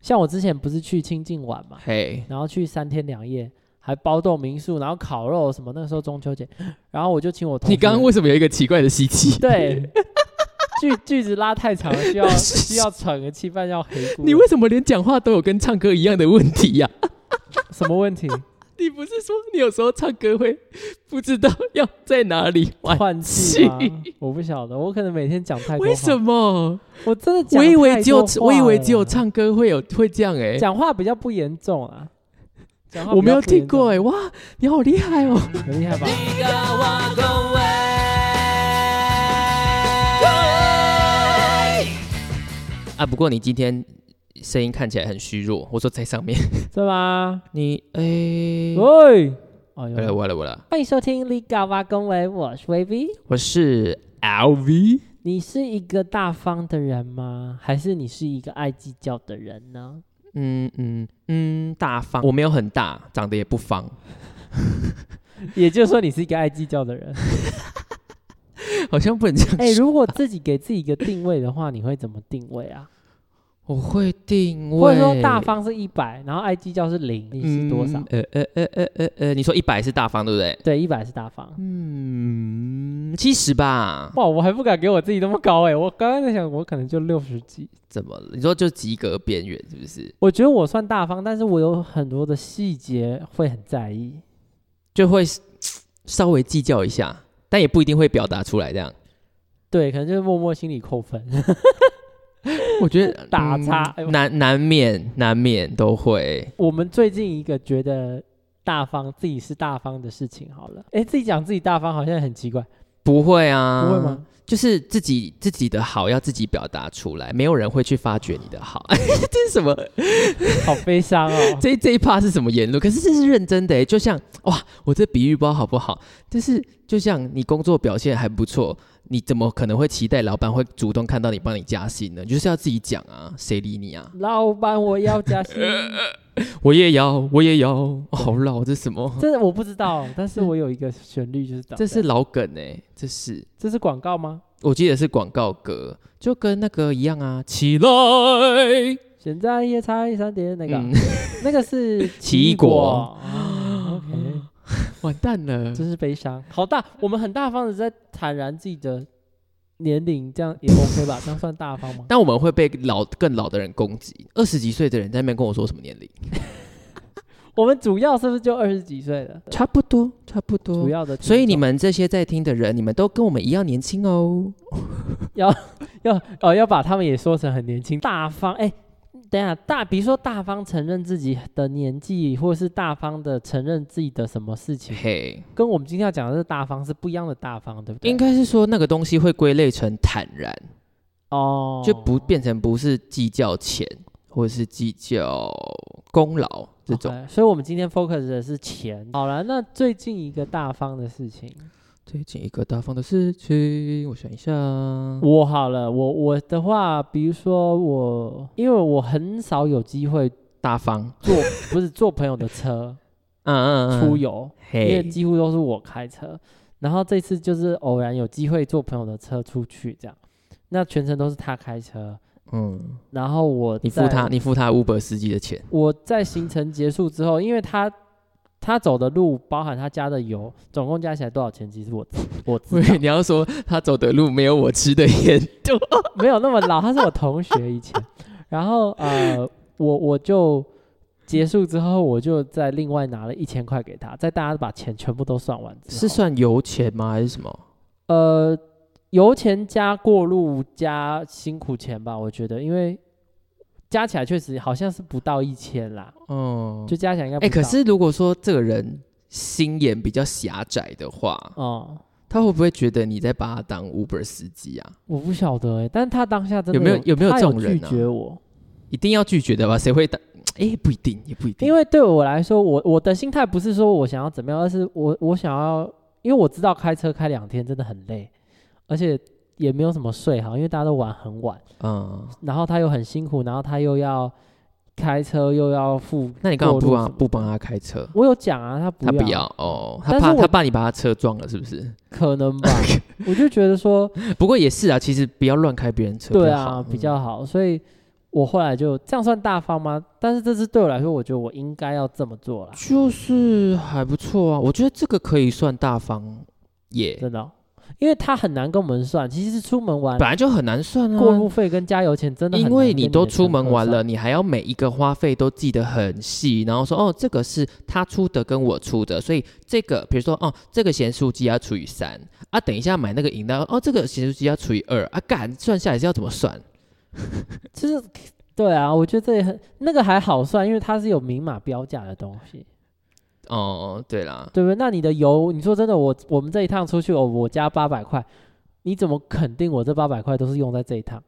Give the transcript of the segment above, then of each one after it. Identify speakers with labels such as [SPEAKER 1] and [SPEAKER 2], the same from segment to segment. [SPEAKER 1] 像我之前不是去清境玩嘛，
[SPEAKER 2] 嘿，
[SPEAKER 1] 然后去三天两夜，还包栋民宿，然后烤肉什么。那个时候中秋节， 然后我就请我同学
[SPEAKER 2] 你刚刚为什么有一个奇怪的吸 气？
[SPEAKER 1] 对句句子拉太长了，需要需要喘个气，不然要回顾。
[SPEAKER 2] 你为什么连讲话都有跟唱歌一样的问题呀、
[SPEAKER 1] 什么问题？
[SPEAKER 2] 你不是说你有时候唱歌会不知道要在哪里玩？
[SPEAKER 1] 换气吗？我不晓得，我可能每天讲太多话。
[SPEAKER 2] 为什么？
[SPEAKER 1] 我真的讲
[SPEAKER 2] 我
[SPEAKER 1] 太
[SPEAKER 2] 以
[SPEAKER 1] 多话了，
[SPEAKER 2] 为只有我以为只有唱歌会有会这样哎、
[SPEAKER 1] 讲话比较不严重啊。讲话比较
[SPEAKER 2] 我没有
[SPEAKER 1] 不严
[SPEAKER 2] 听过哎、哇，你好厉害哦！
[SPEAKER 1] 重，很厉 害吧？
[SPEAKER 2] 啊，不过你今天声音看起来很虚弱，我说在上面，
[SPEAKER 1] 是吗？
[SPEAKER 2] 你 哎，
[SPEAKER 1] 喂，哦，有
[SPEAKER 2] 我了
[SPEAKER 1] 了
[SPEAKER 2] 我了我了，
[SPEAKER 1] 欢迎收听《李嘎哇恭维》，我是 VV。
[SPEAKER 2] 我是 LV，
[SPEAKER 1] 你是一个大方的人吗？还是你是一个爱计较的人呢？
[SPEAKER 2] 嗯嗯嗯，大方，我没有很大，长得也不方，
[SPEAKER 1] 也就是说，你是一个爱计较的人。
[SPEAKER 2] 好像不能这样
[SPEAKER 1] 哎、
[SPEAKER 2] 说。
[SPEAKER 1] 如果自己给自己一个定位的话，你会怎么定位啊？
[SPEAKER 2] 我会定位，
[SPEAKER 1] 或者说大方是一百，然后爱计较是零，你是多少？
[SPEAKER 2] 嗯呃呃呃呃呃呃，你说一百是大方对不对？
[SPEAKER 1] 对，一百是大方。
[SPEAKER 2] 嗯，七十吧？
[SPEAKER 1] 哇，我还不敢给我自己那么高哎、我刚刚在想，我可能就六十几。
[SPEAKER 2] 怎么了？你说就及格边缘是不是？
[SPEAKER 1] 我觉得我算大方，但是我有很多的细节会很在意。
[SPEAKER 2] 就会稍微计较一下，但也不一定会表达出来这样。
[SPEAKER 1] 对，可能就是默默心里扣分。
[SPEAKER 2] 我觉得
[SPEAKER 1] 打叉哎呦
[SPEAKER 2] 难难免难免都会。
[SPEAKER 1] 我们最近一个觉得大方，自己是大方的事情好了。哎，自己讲自己大方好像很奇怪，
[SPEAKER 2] 不会啊，
[SPEAKER 1] 不会 吗？？
[SPEAKER 2] 就是自己自己的好要自己表达出来，没有人会去发掘你的好。 这是什么？。
[SPEAKER 1] 好悲伤哦
[SPEAKER 2] 这这一趴是什么言论？可是这是认真的诶，欸就像哇，我这比喻不知道好不好，就是就像你工作表现还不错，你怎么可能会期待老板会主动看到你帮你加薪呢？你就是要自己讲啊，谁理你啊？
[SPEAKER 1] 老板，我要加薪。
[SPEAKER 2] 我也要，我也要，哦好老，这是什么？
[SPEAKER 1] 这我不知道，但是我有一个旋律 就是长
[SPEAKER 2] 这是
[SPEAKER 1] 样
[SPEAKER 2] 老梗哎，这是
[SPEAKER 1] 这是广告吗？
[SPEAKER 2] 我记得是广告歌，就跟那个一样啊，起来，
[SPEAKER 1] 现在也才三点，那个、
[SPEAKER 2] 嗯，
[SPEAKER 1] 那个 是
[SPEAKER 2] 奇异
[SPEAKER 1] 异
[SPEAKER 2] 果嗯
[SPEAKER 1] 果。哦 OK，
[SPEAKER 2] 完蛋了，
[SPEAKER 1] 真是悲伤，好大，我们很大方的在坦然自己的年龄，这样也 OK 吧？这样算大方吗？
[SPEAKER 2] 但我们会被老更老的人攻击，二十几岁的人在那边跟我说什么年龄，
[SPEAKER 1] 我们主要是不是就二十几岁了？
[SPEAKER 2] 差不多，差不多，
[SPEAKER 1] 主要的听众，
[SPEAKER 2] 嗯所以你们这些在听的人，你们都跟我们一样年轻哦。
[SPEAKER 1] 要哦，要把他们也说成很年轻、大方。哎、等一下，大，比如说大方承认自己的年纪，或是大方的承认自己的什么事情，
[SPEAKER 2] 嘿，
[SPEAKER 1] 跟我们今天要讲的是大方是不一样的大方，对不对？
[SPEAKER 2] 应该是说那个东西会归类成坦然，
[SPEAKER 1] 哦，
[SPEAKER 2] 就不变成不是计较钱或者是计较功劳这种。
[SPEAKER 1] OK，所以我们今天 focus 的是钱。好了，那最近一个大方的事情，
[SPEAKER 2] 最近一个大方的事情，我想一下，
[SPEAKER 1] 我好了，我我的话，比如说我，因为我很少有机会
[SPEAKER 2] 大方，
[SPEAKER 1] 坐， 不是坐朋友的车
[SPEAKER 2] 嗯嗯嗯，
[SPEAKER 1] 出游，因为
[SPEAKER 2] 嘿，
[SPEAKER 1] 几乎都是我开车。然后这次就是偶然有机会坐朋友的车出去，这样，那全程都是他开车，
[SPEAKER 2] 嗯，
[SPEAKER 1] 然后我
[SPEAKER 2] 你付
[SPEAKER 1] 在
[SPEAKER 2] 他，你付他 Uber 司机的钱，
[SPEAKER 1] 我在行程结束之后，因为他他走的路包含他加的油，总共加起来多少钱？其实我 自我
[SPEAKER 2] 因
[SPEAKER 1] 自己
[SPEAKER 2] 为你要说他走的路没有我吃的盐多，
[SPEAKER 1] 没有那么老，他是我同学以前。 然后呃，我我就结束之后，我就再另外拿了一千块给他，在大家把钱全部都算完之后，
[SPEAKER 2] 是算油钱吗？还是什么？
[SPEAKER 1] 呃油钱加过路加辛苦钱吧，我觉得，因为加起来确实好像是不到一千啦，
[SPEAKER 2] 嗯，
[SPEAKER 1] 就加起来应该
[SPEAKER 2] 哎、
[SPEAKER 1] 不
[SPEAKER 2] 可
[SPEAKER 1] 到
[SPEAKER 2] 是如果说这个人心眼比较狭窄的话，
[SPEAKER 1] 哦、
[SPEAKER 2] 他会不会觉得你在把他当 Uber 司机啊？
[SPEAKER 1] 我不晓得哎、但是他当下真的
[SPEAKER 2] 有没有有没有
[SPEAKER 1] 他
[SPEAKER 2] 这种人
[SPEAKER 1] 拒
[SPEAKER 2] 啊
[SPEAKER 1] 绝我？
[SPEAKER 2] 一定要拒绝的吧？谁会当？哎、不一定，也不一定。
[SPEAKER 1] 因
[SPEAKER 2] 为
[SPEAKER 1] 为对我来说，我我的心态不是说我想要怎么样，而是我我想要，因为我知道开车开两天真的很累，而且也没有什么睡好，因为大家都玩很晚，
[SPEAKER 2] 嗯，
[SPEAKER 1] 然后他又很辛苦，然后他又要开车又要付，
[SPEAKER 2] 那你干嘛不
[SPEAKER 1] 过路
[SPEAKER 2] 帮
[SPEAKER 1] 什么
[SPEAKER 2] 不帮他开车？
[SPEAKER 1] 我有讲啊，他不
[SPEAKER 2] 他
[SPEAKER 1] 要，
[SPEAKER 2] 不要哦，他
[SPEAKER 1] 但是
[SPEAKER 2] 怕
[SPEAKER 1] 我
[SPEAKER 2] 他怕你把他车撞了，是不是？
[SPEAKER 1] 可能 吧，我就觉得说
[SPEAKER 2] 不过也是啊，其实不要乱开别人车。
[SPEAKER 1] 对啊
[SPEAKER 2] 嗯
[SPEAKER 1] 比较好，所以。我后来就这样算大方吗？但是这次对我来说，我觉得我应该要这么做啦，
[SPEAKER 2] 就是还不错啊。我觉得这个可以算大方耶，
[SPEAKER 1] 真的哦、因为他很难跟我们算。其实出门玩
[SPEAKER 2] 本，来就很难算啊。
[SPEAKER 1] 过路费跟加油钱真的很
[SPEAKER 2] 因
[SPEAKER 1] 难
[SPEAKER 2] 为
[SPEAKER 1] 跟你
[SPEAKER 2] 你
[SPEAKER 1] 的
[SPEAKER 2] 都出
[SPEAKER 1] 乘
[SPEAKER 2] 门
[SPEAKER 1] 客
[SPEAKER 2] 玩
[SPEAKER 1] 算
[SPEAKER 2] 了，，你还要每一个花费都记得很细，然后说哦，这个是他出的跟我出的，所以这个比如说哦，这个咸酥鸡要除以三啊，等一下买那个饮料哦，这个咸酥鸡要除以二啊，干算下来是要怎么算？
[SPEAKER 1] 就是对啊，我觉得这也很那个还好算，因为它是有明码标价的东西，
[SPEAKER 2] 哦，对啦，
[SPEAKER 1] 对不对？那你的油，你说真的，我我们这一趟出去，哦，我加八百块，你怎么肯定我这八百块都是用在这一趟？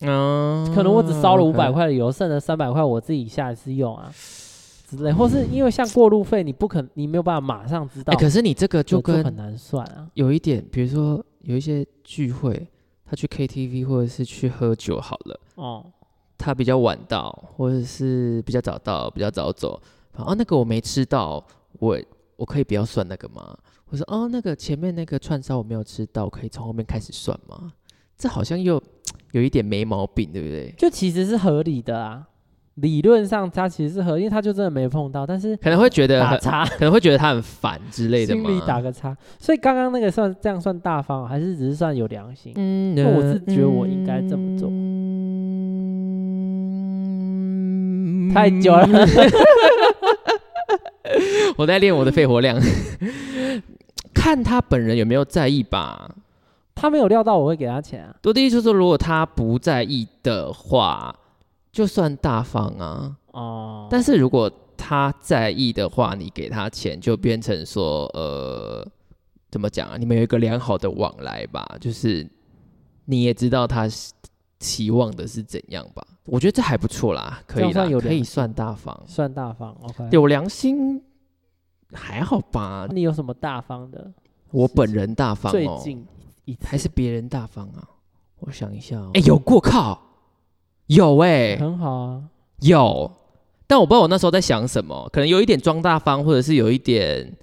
[SPEAKER 2] 嗯，
[SPEAKER 1] 可能我只烧了五
[SPEAKER 2] OK
[SPEAKER 1] 百，块的油，剩了三百块我自己下一次用啊之类，或是因为像过路费，你不肯，你没有办法马上知道，
[SPEAKER 2] 哎，可是你这个就
[SPEAKER 1] 有时候很
[SPEAKER 2] 跟
[SPEAKER 1] 难算啊。
[SPEAKER 2] 有一点，比如说有一些聚会，他去 KTV 或者是去喝酒好了。
[SPEAKER 1] 哦、
[SPEAKER 2] 他比较晚到，或者是比较早到、比较早走，然后、哦、那个我没吃到，我我可以不要算那个吗？我说哦，那个前面那个串烧我没有吃到，我可以从后面开始算吗？这好像又有一点没毛病，对不对？
[SPEAKER 1] 就其实是合理的啊，理论上它其实是合理，因为它就真的没碰到，但是
[SPEAKER 2] 可能会觉得
[SPEAKER 1] 打
[SPEAKER 2] 啊很，
[SPEAKER 1] 叉。
[SPEAKER 2] 可能会觉得他很烦之类的
[SPEAKER 1] 心
[SPEAKER 2] 嘛。
[SPEAKER 1] 里打个叉。所以刚刚那个算这样算大方，还是只是算有良心？
[SPEAKER 2] 嗯，
[SPEAKER 1] 那我是觉得我应该这么做
[SPEAKER 2] 嗯
[SPEAKER 1] 太久了，
[SPEAKER 2] 我在练我的肺活量， 看他本人有没有在意吧。
[SPEAKER 1] 他没有料到我会给他钱啊。
[SPEAKER 2] 我的意思是说，如果他不在意的话，就算大方啊。
[SPEAKER 1] 哦、
[SPEAKER 2] 但是如果他在意的话，你给他钱就变成说，呃，怎么讲啊？你们有一个良好的往来吧，就是你也知道他是期望的是怎样吧。我觉得这还不错啦，可以
[SPEAKER 1] 这样
[SPEAKER 2] 啦
[SPEAKER 1] 算有，良
[SPEAKER 2] 可以算大方，
[SPEAKER 1] 算大方，OK。
[SPEAKER 2] 有良心还好吧。
[SPEAKER 1] 你有什么大方的？
[SPEAKER 2] 我本人大方
[SPEAKER 1] 最
[SPEAKER 2] 哦，
[SPEAKER 1] 近一次
[SPEAKER 2] 还是别人大方啊？我想一下、哦，哎、有过靠，有哎、
[SPEAKER 1] 很好啊。
[SPEAKER 2] 有，但我不知道我那时候在想什么，可能有一点装大方，或者是有一点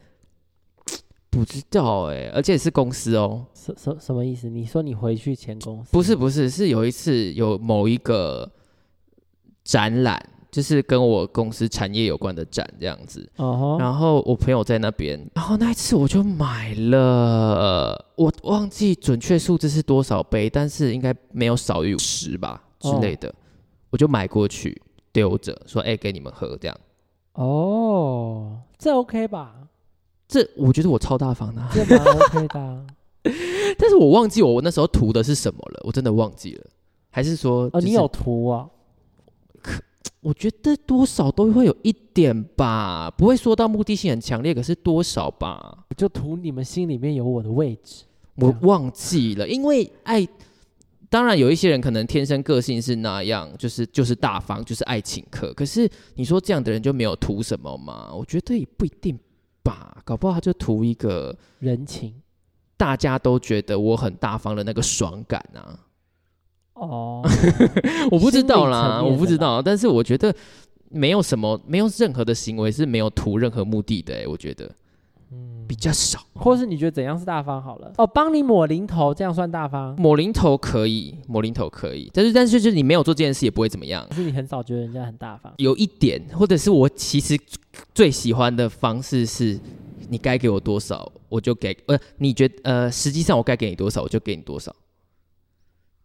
[SPEAKER 2] 不知道哎、而且是公司哦，
[SPEAKER 1] 什什什么意思？你说你回去前公司
[SPEAKER 2] 不是不是，是有一次有某一个展览，就是跟我公司产业有关的展这样子，
[SPEAKER 1] 哦吼
[SPEAKER 2] 然后我朋友在那边，然后那一次我就买了，我忘记准确数字是多少杯，但是应该没有少于十吧
[SPEAKER 1] 哦
[SPEAKER 2] 之类的，我就买过去丢着，说哎、给你们喝这样。
[SPEAKER 1] 哦，这 OK 吧？
[SPEAKER 2] 这我觉得我超大 方的啊、
[SPEAKER 1] 这蛮 OK 的 啊、
[SPEAKER 2] 但是我忘记我我那时候涂的是什么了，我真的忘记了，还是说、
[SPEAKER 1] 哦，你有？图啊？
[SPEAKER 2] 我觉得多少都会有一点吧，不会说到目的性很强烈，可是多少吧，
[SPEAKER 1] 我就图你们心里面有我的位置。
[SPEAKER 2] 我
[SPEAKER 1] 对啊
[SPEAKER 2] 忘记了，因为爱。当然，有一些人可能天生个性是那样，就是就是大方，就是爱请客。可是你说这样的人就没有图什么吗？我觉得也不一定吧，搞不好他就图一个
[SPEAKER 1] 人情
[SPEAKER 2] 大家都觉得我很大方的那个爽感啊。
[SPEAKER 1] 哦，
[SPEAKER 2] 我不知道
[SPEAKER 1] 心理层
[SPEAKER 2] 啦，
[SPEAKER 1] 面的啦
[SPEAKER 2] 我不知道，但是我觉得没有什么，没有任何的行为是没有图任何目的的、欸，我觉得
[SPEAKER 1] 嗯
[SPEAKER 2] 比，较少。
[SPEAKER 1] 或是你觉得怎样是大方好了？哦，帮你抹零头，这样算大方？
[SPEAKER 2] 抹零头可以，抹零头可以，但是但是就是你没有做这件事也不会怎么样。
[SPEAKER 1] 可是你很少觉得人家很大方。
[SPEAKER 2] 有一点，或者是我其实最喜欢的方式是，你该给我多少我就给，呃，你觉呃，实际上我该给你多少我就给你多少，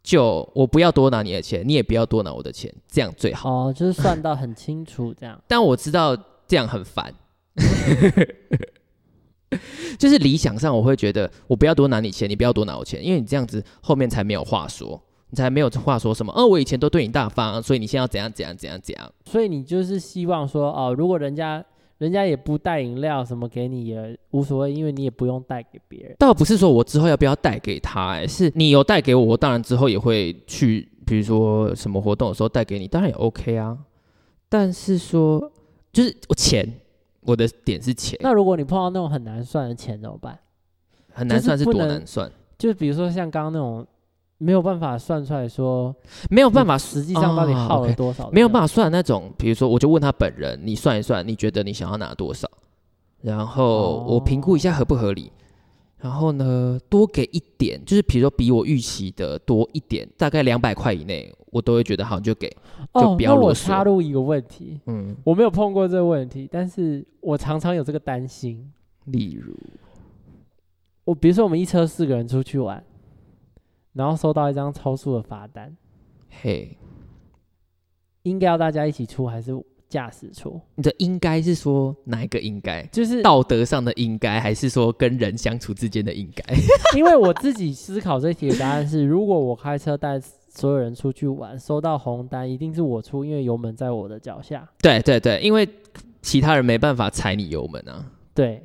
[SPEAKER 2] 就我不要多拿你的钱，你也不要多拿我的钱，这样最好。。
[SPEAKER 1] 哦，就是算到很清楚这样
[SPEAKER 2] 但我知道这样很烦。 就是理想上，我会觉得我不要多拿你钱，你不要多拿我钱，因为你这样子后面才没有话说，你才没有话说什么。哦，我以前都对你大方，所以你现在要怎样怎样怎样怎样。
[SPEAKER 1] 所以你就是希望说，哦，如果人家人家也不带饮料什么给你也无所谓，因为你也不用带给别人。
[SPEAKER 2] 倒不是说我之后要不要带给他、哎，是你有带给我，我当然之后也会去，比如说什么活动的时候带给你，当然也 OK 啊。但是说，就是我钱，我的点是钱，
[SPEAKER 1] 那如果你碰到那种很难算的钱怎么办？
[SPEAKER 2] 很难算是
[SPEAKER 1] 就是
[SPEAKER 2] 多
[SPEAKER 1] 不能
[SPEAKER 2] 难算，
[SPEAKER 1] 就比如说像刚刚那种没有办法算出来说，
[SPEAKER 2] 没有办法
[SPEAKER 1] 实际上到底
[SPEAKER 2] 啊
[SPEAKER 1] 耗了
[SPEAKER 2] ，OK
[SPEAKER 1] 多少、
[SPEAKER 2] 没有办
[SPEAKER 1] 法。
[SPEAKER 2] 法算那种，比如说，我就问他本人，你算一算，你觉得你想要拿多少？然后
[SPEAKER 1] 哦
[SPEAKER 2] 我评估一下合不合理。然后呢，多给一点，就是比如说比我预期的多一点，大概两百块以内，我都会觉得好你就给。
[SPEAKER 1] 哦，
[SPEAKER 2] 不要
[SPEAKER 1] 那我
[SPEAKER 2] 啰嗦
[SPEAKER 1] 插入一个问题，
[SPEAKER 2] 嗯，
[SPEAKER 1] 我没有碰过这个问题，但是我常常有这个担心。
[SPEAKER 2] 例如，
[SPEAKER 1] 我比如说我们一车四个人出去玩，然后收到一张超速的罚单，
[SPEAKER 2] 嘿，
[SPEAKER 1] 应该要大家一起出还是驾驶出？
[SPEAKER 2] 你的应该是说哪一个应该？
[SPEAKER 1] 就是
[SPEAKER 2] 道德上的应该，还是说跟人相处之间的应该？
[SPEAKER 1] 因为我自己思考这题的答案是，如果我开车带所有人出去玩，收到红单一定是我出，因为油门在我的脚下。
[SPEAKER 2] 对对对，因为其他人没办法踩你油门啊。
[SPEAKER 1] 对，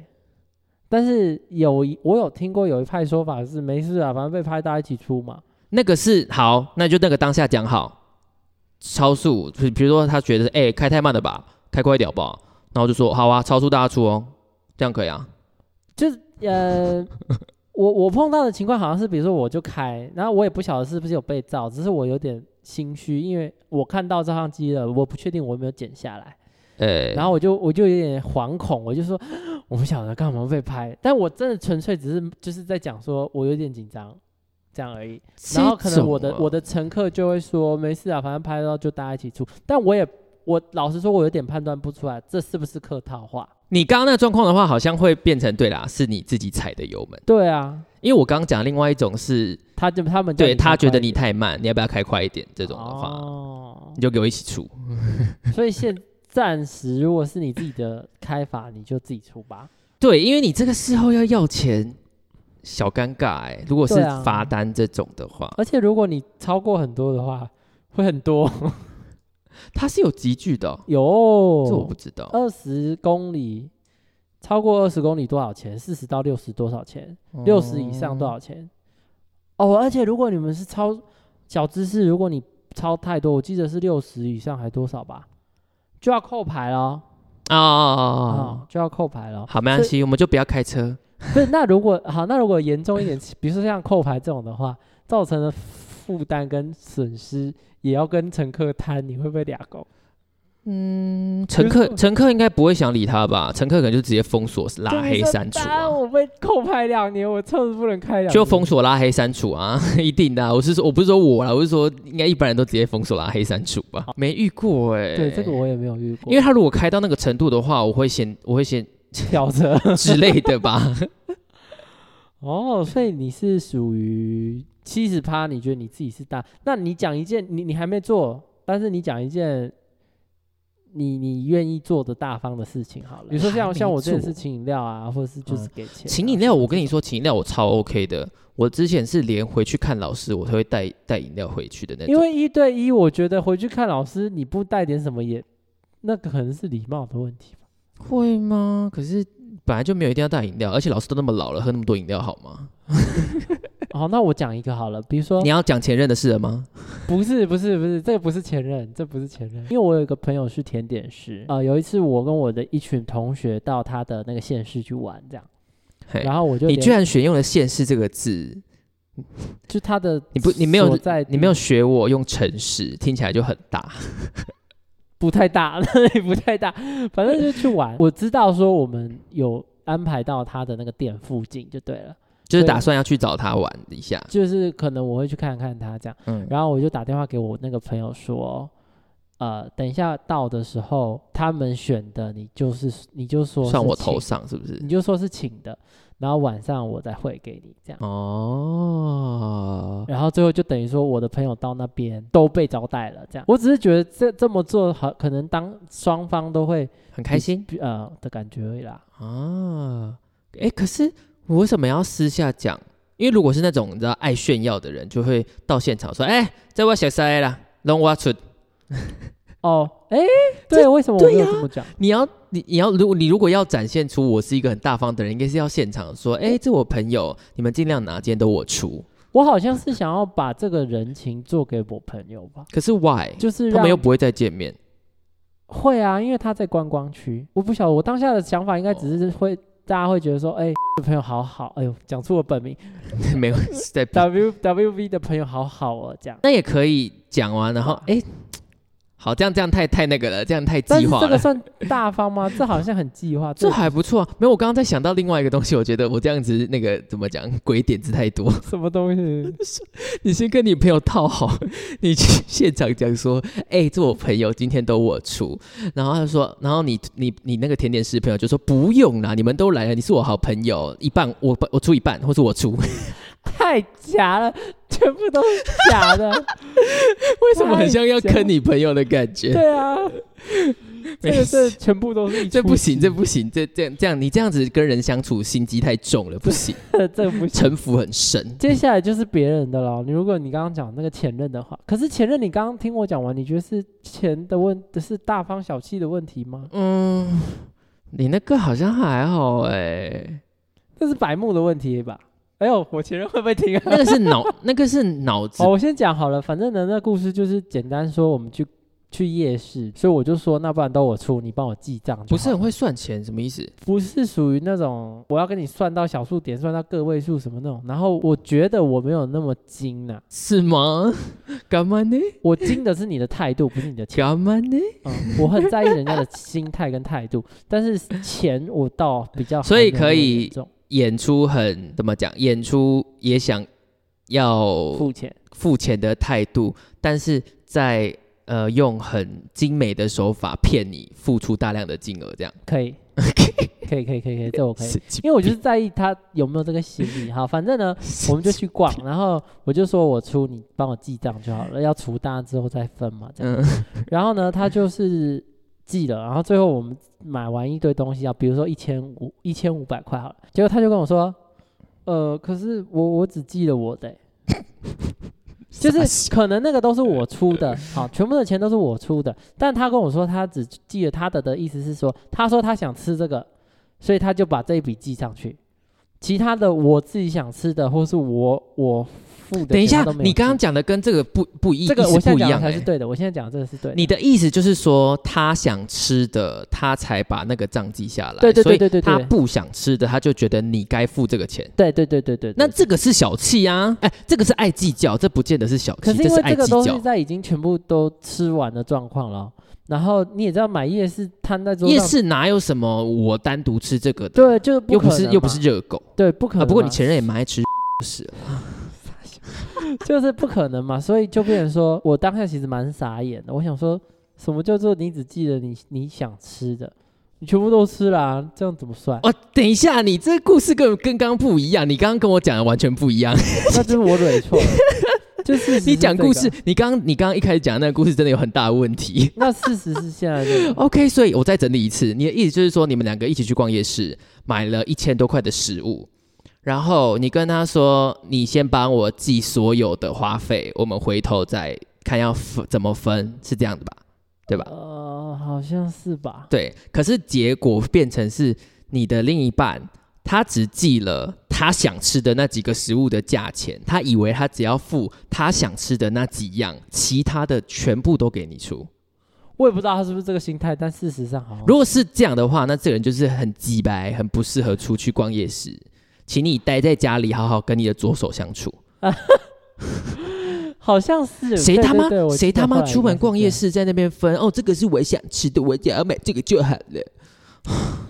[SPEAKER 1] 但是有一我有听过有一派说法是没事啊，反正被拍大家一起出嘛。
[SPEAKER 2] 那个是好，那就那个当下讲好，超速，比比如说他觉得哎、开太慢了吧，开快一点好不好？然后就说好啊，超速大家出哦，这样可以啊。
[SPEAKER 1] 就是呃， 我我碰到的情况好像是，比如说我就开，然后我也不晓得是不是有被照，只是我有点心虚，因为我看到照相机了，我不确定我有没有剪下来，
[SPEAKER 2] 哎、
[SPEAKER 1] 然后我就我就有点惶恐，我就说 我不晓得干嘛被拍，但我真的纯粹只是就是在讲说我有点紧张。这样而已，然后可能我的、我
[SPEAKER 2] 的
[SPEAKER 1] 的乘客就会说没事啊，反正拍到就大家一起出。但我也我老实说，我有点判断不出来这是不是客套话。
[SPEAKER 2] 你刚刚那个状况的话，好像会变成对啦，是你自己踩的油门，
[SPEAKER 1] 对啊，
[SPEAKER 2] 因为我刚刚讲另外一种是
[SPEAKER 1] 他就他们叫
[SPEAKER 2] 对他
[SPEAKER 1] 开
[SPEAKER 2] 觉
[SPEAKER 1] 快
[SPEAKER 2] 得你太慢，你要不要开快一点？这种的话，
[SPEAKER 1] 哦
[SPEAKER 2] 你就给我一起出。
[SPEAKER 1] 所以现暂时如果是你自己的开法，你就自己出吧。
[SPEAKER 2] 对，因为你这个事后要要钱，小尴尬哎、如果是
[SPEAKER 1] 对啊
[SPEAKER 2] 罚单这种的话，
[SPEAKER 1] 而且如果你超过很多的话，会很多
[SPEAKER 2] 它是有集聚的哦、这我
[SPEAKER 1] 有
[SPEAKER 2] 不知道。
[SPEAKER 1] 二十公里，超过二十公里多少钱？四十到六十多少钱？六十以上多
[SPEAKER 2] 哦
[SPEAKER 1] 少钱？哦，而且如果你们是超小知识，如果你超太多，我记得是六十以上还多少吧，就要扣牌了
[SPEAKER 2] 啊啊啊啊
[SPEAKER 1] 啊、
[SPEAKER 2] 啊！
[SPEAKER 1] 就要扣牌了。
[SPEAKER 2] 好，没关系，我们就不要开车。
[SPEAKER 1] 不是，那如果 好，那如果严重一点， 比如说像扣牌这种的话，造成的负担跟损失也要跟乘客摊，你会不会俩狗？
[SPEAKER 2] 嗯，乘
[SPEAKER 1] 如
[SPEAKER 2] 客
[SPEAKER 1] 果
[SPEAKER 2] 乘客应该不会想理他吧？乘客可能就直接封锁、拉黑、删除、
[SPEAKER 1] 就
[SPEAKER 2] 啊
[SPEAKER 1] 啊！，我被扣牌两年，我车子不能开两年，
[SPEAKER 2] 就封锁、拉黑、删除啊， 一定的啊、我是说，我不是说我啦，我是说，应该一般人都直接封锁、拉黑、删除吧？哦没遇过哎、
[SPEAKER 1] 对，这个我也没有遇过，
[SPEAKER 2] 因为他如果开到那个程度的话，我会先我会先
[SPEAKER 1] 跳车
[SPEAKER 2] 之类 的吧。
[SPEAKER 1] 哦，所以你是属于七十趴，你觉得你自己是大？那你讲一件你你还没做，但是你讲一件你你愿意做的大方的事情好了，比如说
[SPEAKER 2] 还
[SPEAKER 1] 像
[SPEAKER 2] 没
[SPEAKER 1] 像我之前
[SPEAKER 2] 做
[SPEAKER 1] 是请饮料啊，或者是就是给钱啊、
[SPEAKER 2] 请饮料，我跟你说，请饮料我超 OK 的。我之前是连回去看老师，我都会带带饮料回去的那种。
[SPEAKER 1] 因为一对一，我觉得回去看老师，你不带点什么也，那个可能是礼貌的问题 吧。
[SPEAKER 2] 会吗？可是本来就没有一定要带饮料，而且老师都那么老了，喝那么多饮料好吗？
[SPEAKER 1] 哦，那我讲一个好了，比如说
[SPEAKER 2] 你，要讲前任的事了吗？
[SPEAKER 1] 不是不是不是，这个不是前任，这不是前任，因为我有一个朋友是甜点师，呃，有一次我跟我的一群同学到他的那个县市去玩，这样，
[SPEAKER 2] 嘿
[SPEAKER 1] 然后我就
[SPEAKER 2] 哎你
[SPEAKER 1] 连
[SPEAKER 2] 居然选用了“县市”这个字，
[SPEAKER 1] 就他的
[SPEAKER 2] 你不你没有
[SPEAKER 1] 所在地
[SPEAKER 2] 你没有学我用“城市”，听起来就很大。
[SPEAKER 1] 不太大， 那不太大，反正就去玩。我知道说我们有安排到他的那个店附近就对了，
[SPEAKER 2] 就是
[SPEAKER 1] 对
[SPEAKER 2] 打算要去找他玩一下。
[SPEAKER 1] 就是可能我会去看看他这样。
[SPEAKER 2] 嗯，
[SPEAKER 1] 然后我就打电话给我那个朋友说，呃，等一下到的时候他们选的，你就是你就说是
[SPEAKER 2] 算我
[SPEAKER 1] 请
[SPEAKER 2] 头，上是不是
[SPEAKER 1] 你？就说是请的，然后晚上我再汇给你这样。
[SPEAKER 2] 哦，
[SPEAKER 1] 然后最后就等于说，我的朋友到那边都被招待了，这样。我只是觉得这这么做好，可能当双方都会
[SPEAKER 2] 很开心
[SPEAKER 1] 呃的感觉而已啦。
[SPEAKER 2] 啊。哎、可是我为什么要私下讲？因为如果是那种你知道爱炫耀的人，就会到现场说：“哎、这我小塞啦，让我出
[SPEAKER 1] 哦，哎，对，为什么我没有这么讲？
[SPEAKER 2] 你要你你要如果你如果要展现出我是一个很大方的人，应该是要现场说，哎、这我朋友，你们尽量拿，今天都我出。
[SPEAKER 1] 我好像是想要把这个人情做给我朋友吧，
[SPEAKER 2] 可是 why？
[SPEAKER 1] 就是
[SPEAKER 2] 他
[SPEAKER 1] 让
[SPEAKER 2] 们又不会再见面。
[SPEAKER 1] 会啊，因为他在观光区。我不晓得，我当下的想法应该只
[SPEAKER 2] 哦
[SPEAKER 1] 是会，大家会觉得说，哎、这朋友好好，哎呦，讲出我本名
[SPEAKER 2] 没有是在
[SPEAKER 1] ，W W V 的朋友好好哦，这样。
[SPEAKER 2] 那也可以讲完，然后哎、好，这样这样太太那个了，这样太
[SPEAKER 1] 但
[SPEAKER 2] 计
[SPEAKER 1] 是
[SPEAKER 2] 划
[SPEAKER 1] 这个
[SPEAKER 2] 了。
[SPEAKER 1] 算大方 吗？这好像很计划，
[SPEAKER 2] 这还不错啊，没有，我刚刚在想到另外一个东西，我觉得我这样子那个怎么讲，鬼点子太多。
[SPEAKER 1] 什么东西？
[SPEAKER 2] 你先跟你朋友套好，你去现场讲说， 哎、这我朋友今天都我出，然后他说，然后你你你那个甜点师朋友就说不用啦，你们都来了，你是我好朋友，一半我我出一半，或是 我出，为
[SPEAKER 1] 太假了，全部都是假 的。
[SPEAKER 2] 什么很像要坑你朋友的感觉？
[SPEAKER 1] 对啊，这个是全部都是一
[SPEAKER 2] 这
[SPEAKER 1] 出
[SPEAKER 2] 不行，
[SPEAKER 1] 戏
[SPEAKER 2] 这不行，这这样这样，你这样子跟人相处心机太重了，不行，
[SPEAKER 1] 这个不行。
[SPEAKER 2] 城府很深。
[SPEAKER 1] 接下来就是别人的了。你如果你刚刚讲那个前任的话，可是前任你刚刚听我讲完，你觉得是钱的问，是大方小气的问题吗？
[SPEAKER 2] 嗯，你那个好像还好哎、
[SPEAKER 1] 这是白目的问题吧？哎呦，我前任会不会听啊？
[SPEAKER 2] 那个 是脑，那个是脑子
[SPEAKER 1] 好，我先讲好了，反正呢，那故事就是简单说，我们去去夜市，所以我就说，那不然都我出，你帮我记账就好了。
[SPEAKER 2] 不是很会算钱，什么意思？
[SPEAKER 1] 不是属于那种我要跟你算到小数点，算到个位数什么那种。然后我觉得我没有那么精呐、
[SPEAKER 2] 是吗？干嘛呢？
[SPEAKER 1] 我精的是你的态度，不是你的 钱。
[SPEAKER 2] 干嘛呢？
[SPEAKER 1] 嗯，我很在意人家的心态跟态度，但是钱我倒比较还
[SPEAKER 2] 所
[SPEAKER 1] 没
[SPEAKER 2] 以
[SPEAKER 1] 有那么
[SPEAKER 2] 可以
[SPEAKER 1] 严重
[SPEAKER 2] 演出很怎么讲？演出也想要
[SPEAKER 1] 付钱。
[SPEAKER 2] 付钱的态度，但是在呃用很精美的手法骗你付出大量的金额，这样
[SPEAKER 1] 可 以，可以，可以，可以，可以，这我可以，
[SPEAKER 2] 神经
[SPEAKER 1] 因为我就是在意他有没有这个心理。好，反正呢，我们就去逛，然后我就说我出，你帮我记账就好了，要除大之后再分嘛，这样。
[SPEAKER 2] 嗯
[SPEAKER 1] 然后呢，他就是寄了，然后最后我们买完一堆东西啊，比如说一千五一千五百块好了，结果他就跟我说，呃，可是我我只寄了我的 欸、就是可能那个都是我出的，好，全部的钱都是我出的，但他跟我说他只寄了他的的意思是说，他说他想吃这个，所以他就把这一笔记上去，其他的我自己想吃的或是我我付的，
[SPEAKER 2] 等一下
[SPEAKER 1] 他都，没有
[SPEAKER 2] 你刚刚
[SPEAKER 1] 记
[SPEAKER 2] 讲的跟这个不不一，
[SPEAKER 1] 这个
[SPEAKER 2] 意思
[SPEAKER 1] 我现在
[SPEAKER 2] 不一
[SPEAKER 1] 讲的
[SPEAKER 2] 样、
[SPEAKER 1] 才是
[SPEAKER 2] 欸。
[SPEAKER 1] 对的，我现在讲的这个是对的。
[SPEAKER 2] 你的意思就是说，他想吃的，他才把那个账记下来。
[SPEAKER 1] 对对对
[SPEAKER 2] 所以
[SPEAKER 1] 对对对
[SPEAKER 2] 他不想吃的，他就觉得你该付这个钱。
[SPEAKER 1] 对对对对对，对
[SPEAKER 2] 那这个是小气啊！哎，这个是爱计较，这不见得是小气，
[SPEAKER 1] 可是因
[SPEAKER 2] 是
[SPEAKER 1] 为
[SPEAKER 2] 爱
[SPEAKER 1] 这个
[SPEAKER 2] 计
[SPEAKER 1] 都是
[SPEAKER 2] 较。
[SPEAKER 1] 在已经全部都吃完的状况了，然后你也知道买夜市摊在桌
[SPEAKER 2] 夜
[SPEAKER 1] 上，
[SPEAKER 2] 市哪有什么我单独吃这个的？，
[SPEAKER 1] 对，就
[SPEAKER 2] 又
[SPEAKER 1] 可
[SPEAKER 2] 不是
[SPEAKER 1] 能
[SPEAKER 2] 又不
[SPEAKER 1] 嘛
[SPEAKER 2] 是热狗
[SPEAKER 1] 对，不可
[SPEAKER 2] 啊。
[SPEAKER 1] 能嘛。
[SPEAKER 2] 不过你前任也蛮爱吃屎的，
[SPEAKER 1] 就是不可能嘛，所以就变成说我当下其实蛮傻眼的，我想说什么叫做你只记得你你想吃的，你全部都吃啦、这样怎么算？
[SPEAKER 2] 哦，等一下，你这故事跟跟刚刚不一样，你刚刚跟我讲的完全不一 样。
[SPEAKER 1] 那就是我蕊错了， 就是
[SPEAKER 2] 你讲故事，，你刚刚你刚刚一开始讲的那个故事真的有很大的问题。
[SPEAKER 1] 那事实是现在这个，
[SPEAKER 2] OK，所以我再整理一次，你的意思就是说，你们两个一起去逛夜市，买了一千多块的食物，然后你跟他说，你先帮我记所有的花费，我们回头再看要分怎么分，是这样的吧？对吧？
[SPEAKER 1] 呃，好像是吧？
[SPEAKER 2] 对，可是结果变成是你的另一半，他只记了他想吃的那几个食物的价钱，他以为他只要付他想吃的那几样，其他的全部都给你出。
[SPEAKER 1] 我也不知道他是不是这个心态，但事实上好像
[SPEAKER 2] 如果是这样的话，那这个人就是很鸡白，很不适合出去逛夜市。请你待在家里，好好跟你的左手相处。
[SPEAKER 1] 好像是
[SPEAKER 2] 谁
[SPEAKER 1] 对
[SPEAKER 2] 他妈
[SPEAKER 1] 对对我记
[SPEAKER 2] 谁
[SPEAKER 1] 得
[SPEAKER 2] 他
[SPEAKER 1] 后
[SPEAKER 2] 妈
[SPEAKER 1] 来
[SPEAKER 2] 出
[SPEAKER 1] 应该
[SPEAKER 2] 门
[SPEAKER 1] 是
[SPEAKER 2] 逛
[SPEAKER 1] 这
[SPEAKER 2] 夜
[SPEAKER 1] 样
[SPEAKER 2] 市，在那边分哦，这个是我想吃的，我只要买这个就好了。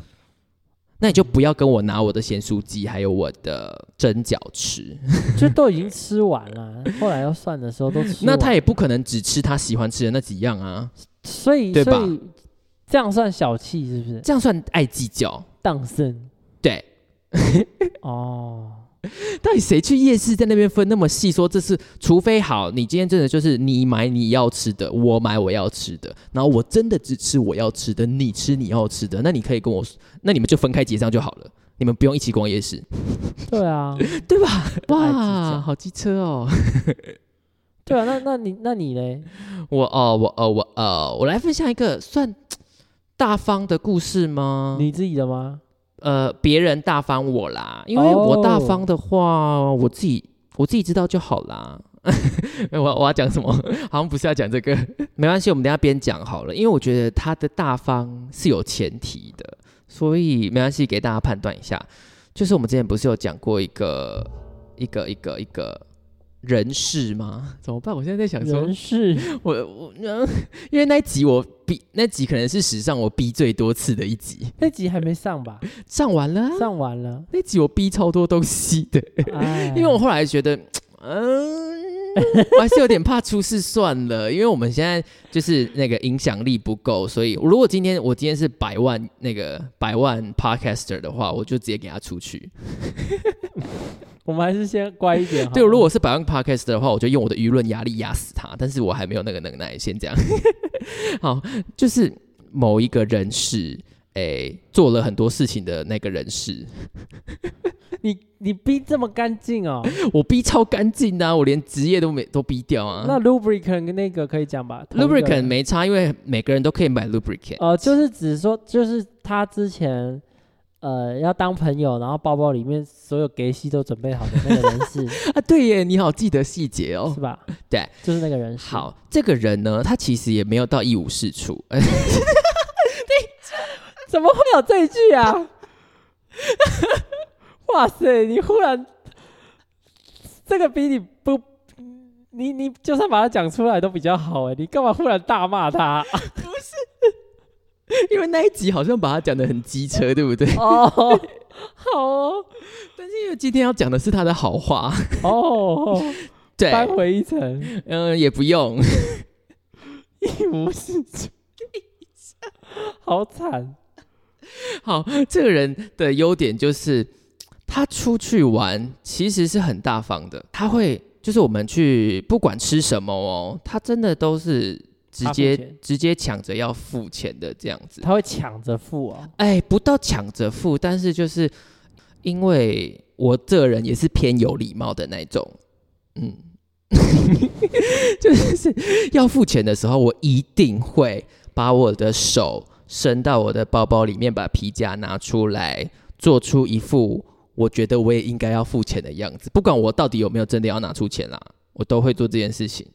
[SPEAKER 2] 那你就不要跟我拿我的咸酥鸡，还有我的蒸饺吃。
[SPEAKER 1] 就都已经吃完了，后来要算的时候都吃
[SPEAKER 2] 那他
[SPEAKER 1] 完
[SPEAKER 2] 也不可能只吃他喜欢吃的那几样啊，
[SPEAKER 1] 所以
[SPEAKER 2] 对吧
[SPEAKER 1] 所以这样算小气是不是？
[SPEAKER 2] 这样算爱计较。
[SPEAKER 1] 当生
[SPEAKER 2] 对，
[SPEAKER 1] 哦，
[SPEAKER 2] 到底谁去夜市在那边分那么细？说这是，除非好，你今天真的就是你买你要吃的，我买我要吃的，然后我真的只吃我要吃的，你吃你要吃的，那你可以跟我，那你们就分开结账就好了，你们不用一起逛夜市，
[SPEAKER 1] 对啊，
[SPEAKER 2] 对吧？
[SPEAKER 1] 爱计较
[SPEAKER 2] 哇，好机车哦！
[SPEAKER 1] 对啊，那那你那你嘞？
[SPEAKER 2] 我哦，我哦，我哦，我来分享一个算大方的故事吗？
[SPEAKER 1] 你自己的吗？
[SPEAKER 2] 呃，别人大方我啦，因为
[SPEAKER 1] 哦
[SPEAKER 2] 我大方的话我自己我自己知道就好啦。 我我要讲什么？ 好像不是要讲这个， 没关系，我们等一下边讲好了。因为我觉得他的大方是有前提的，所以没关系，给大家判断一下。就是我们之前不是有讲过一个一个一个一个人事吗？怎么办？我现在在想说
[SPEAKER 1] 人， 事
[SPEAKER 2] 我我、嗯 因为那一集我逼那集可能是史上我逼最多次的一集，
[SPEAKER 1] 那集还没上吧？
[SPEAKER 2] 上完了啊、
[SPEAKER 1] 上完了，
[SPEAKER 2] 那集我逼超多东西的，
[SPEAKER 1] 哎，
[SPEAKER 2] 因为我后来觉得，嗯， 我还是有点怕出事算了，因为我们现在就是那个影响力不够，所以如果今天我今天是百万那个百万 podcaster 的话，我就直接给他出去。
[SPEAKER 1] 我们还是先乖一点好了。
[SPEAKER 2] 对，如果我是百万 podcaster 的话，我就用我的舆论压力压死他，但是我还没有那个能耐，先这样。好，就是某一个人士，诶、做了很多事情的那个人士，
[SPEAKER 1] 你你逼这么干净哦，
[SPEAKER 2] 我逼超干净的啊、我连职业都没都逼掉啊。
[SPEAKER 1] 那 lubricant 跟那个可以讲吧
[SPEAKER 2] lubricant
[SPEAKER 1] 没。
[SPEAKER 2] 没差，因为每个人都可以买 lubricant。
[SPEAKER 1] 呃，就是只说，就是他之前呃要当朋友，然后包包里面所有给息都准备好的那个人 是
[SPEAKER 2] 啊，对耶，你好记得细节哦
[SPEAKER 1] 是。吧？
[SPEAKER 2] 对，
[SPEAKER 1] 就是那个人是。，
[SPEAKER 2] 好，这个人呢，他其实也没有到一无是处，呃
[SPEAKER 1] 怎么会有这一句啊？ 哇塞，你忽然这个比你不。你你就算把它讲出来都比较好哎，你干嘛忽然大骂他？
[SPEAKER 2] 因为那一集好像把他讲的很机车，对不对？
[SPEAKER 1] 哦， 好哦，
[SPEAKER 2] 但是因为今天要讲的是他的好话，
[SPEAKER 1] 哦，
[SPEAKER 2] 对，
[SPEAKER 1] 翻回一层，
[SPEAKER 2] 嗯、也不用，
[SPEAKER 1] 一无是处， 好惨。
[SPEAKER 2] 好，这个人的优点就是他出去玩其实是很大方的，他会就是我们去不管吃什么哦，他真的都是直
[SPEAKER 1] 他付
[SPEAKER 2] 接
[SPEAKER 1] 钱
[SPEAKER 2] 直接抢着要付钱的这样子。
[SPEAKER 1] 他会抢着付哦。
[SPEAKER 2] 哎，不到抢着付，但是就是因为我这人也是偏有礼貌的那种，嗯， 就是要付钱的时候，我一定会把我的手伸到我的包包里面，把皮夹拿出来，做出一副我觉得我也应该要付钱的样子，不管我到底有没有真的要拿出钱啦，我都会做这件事情，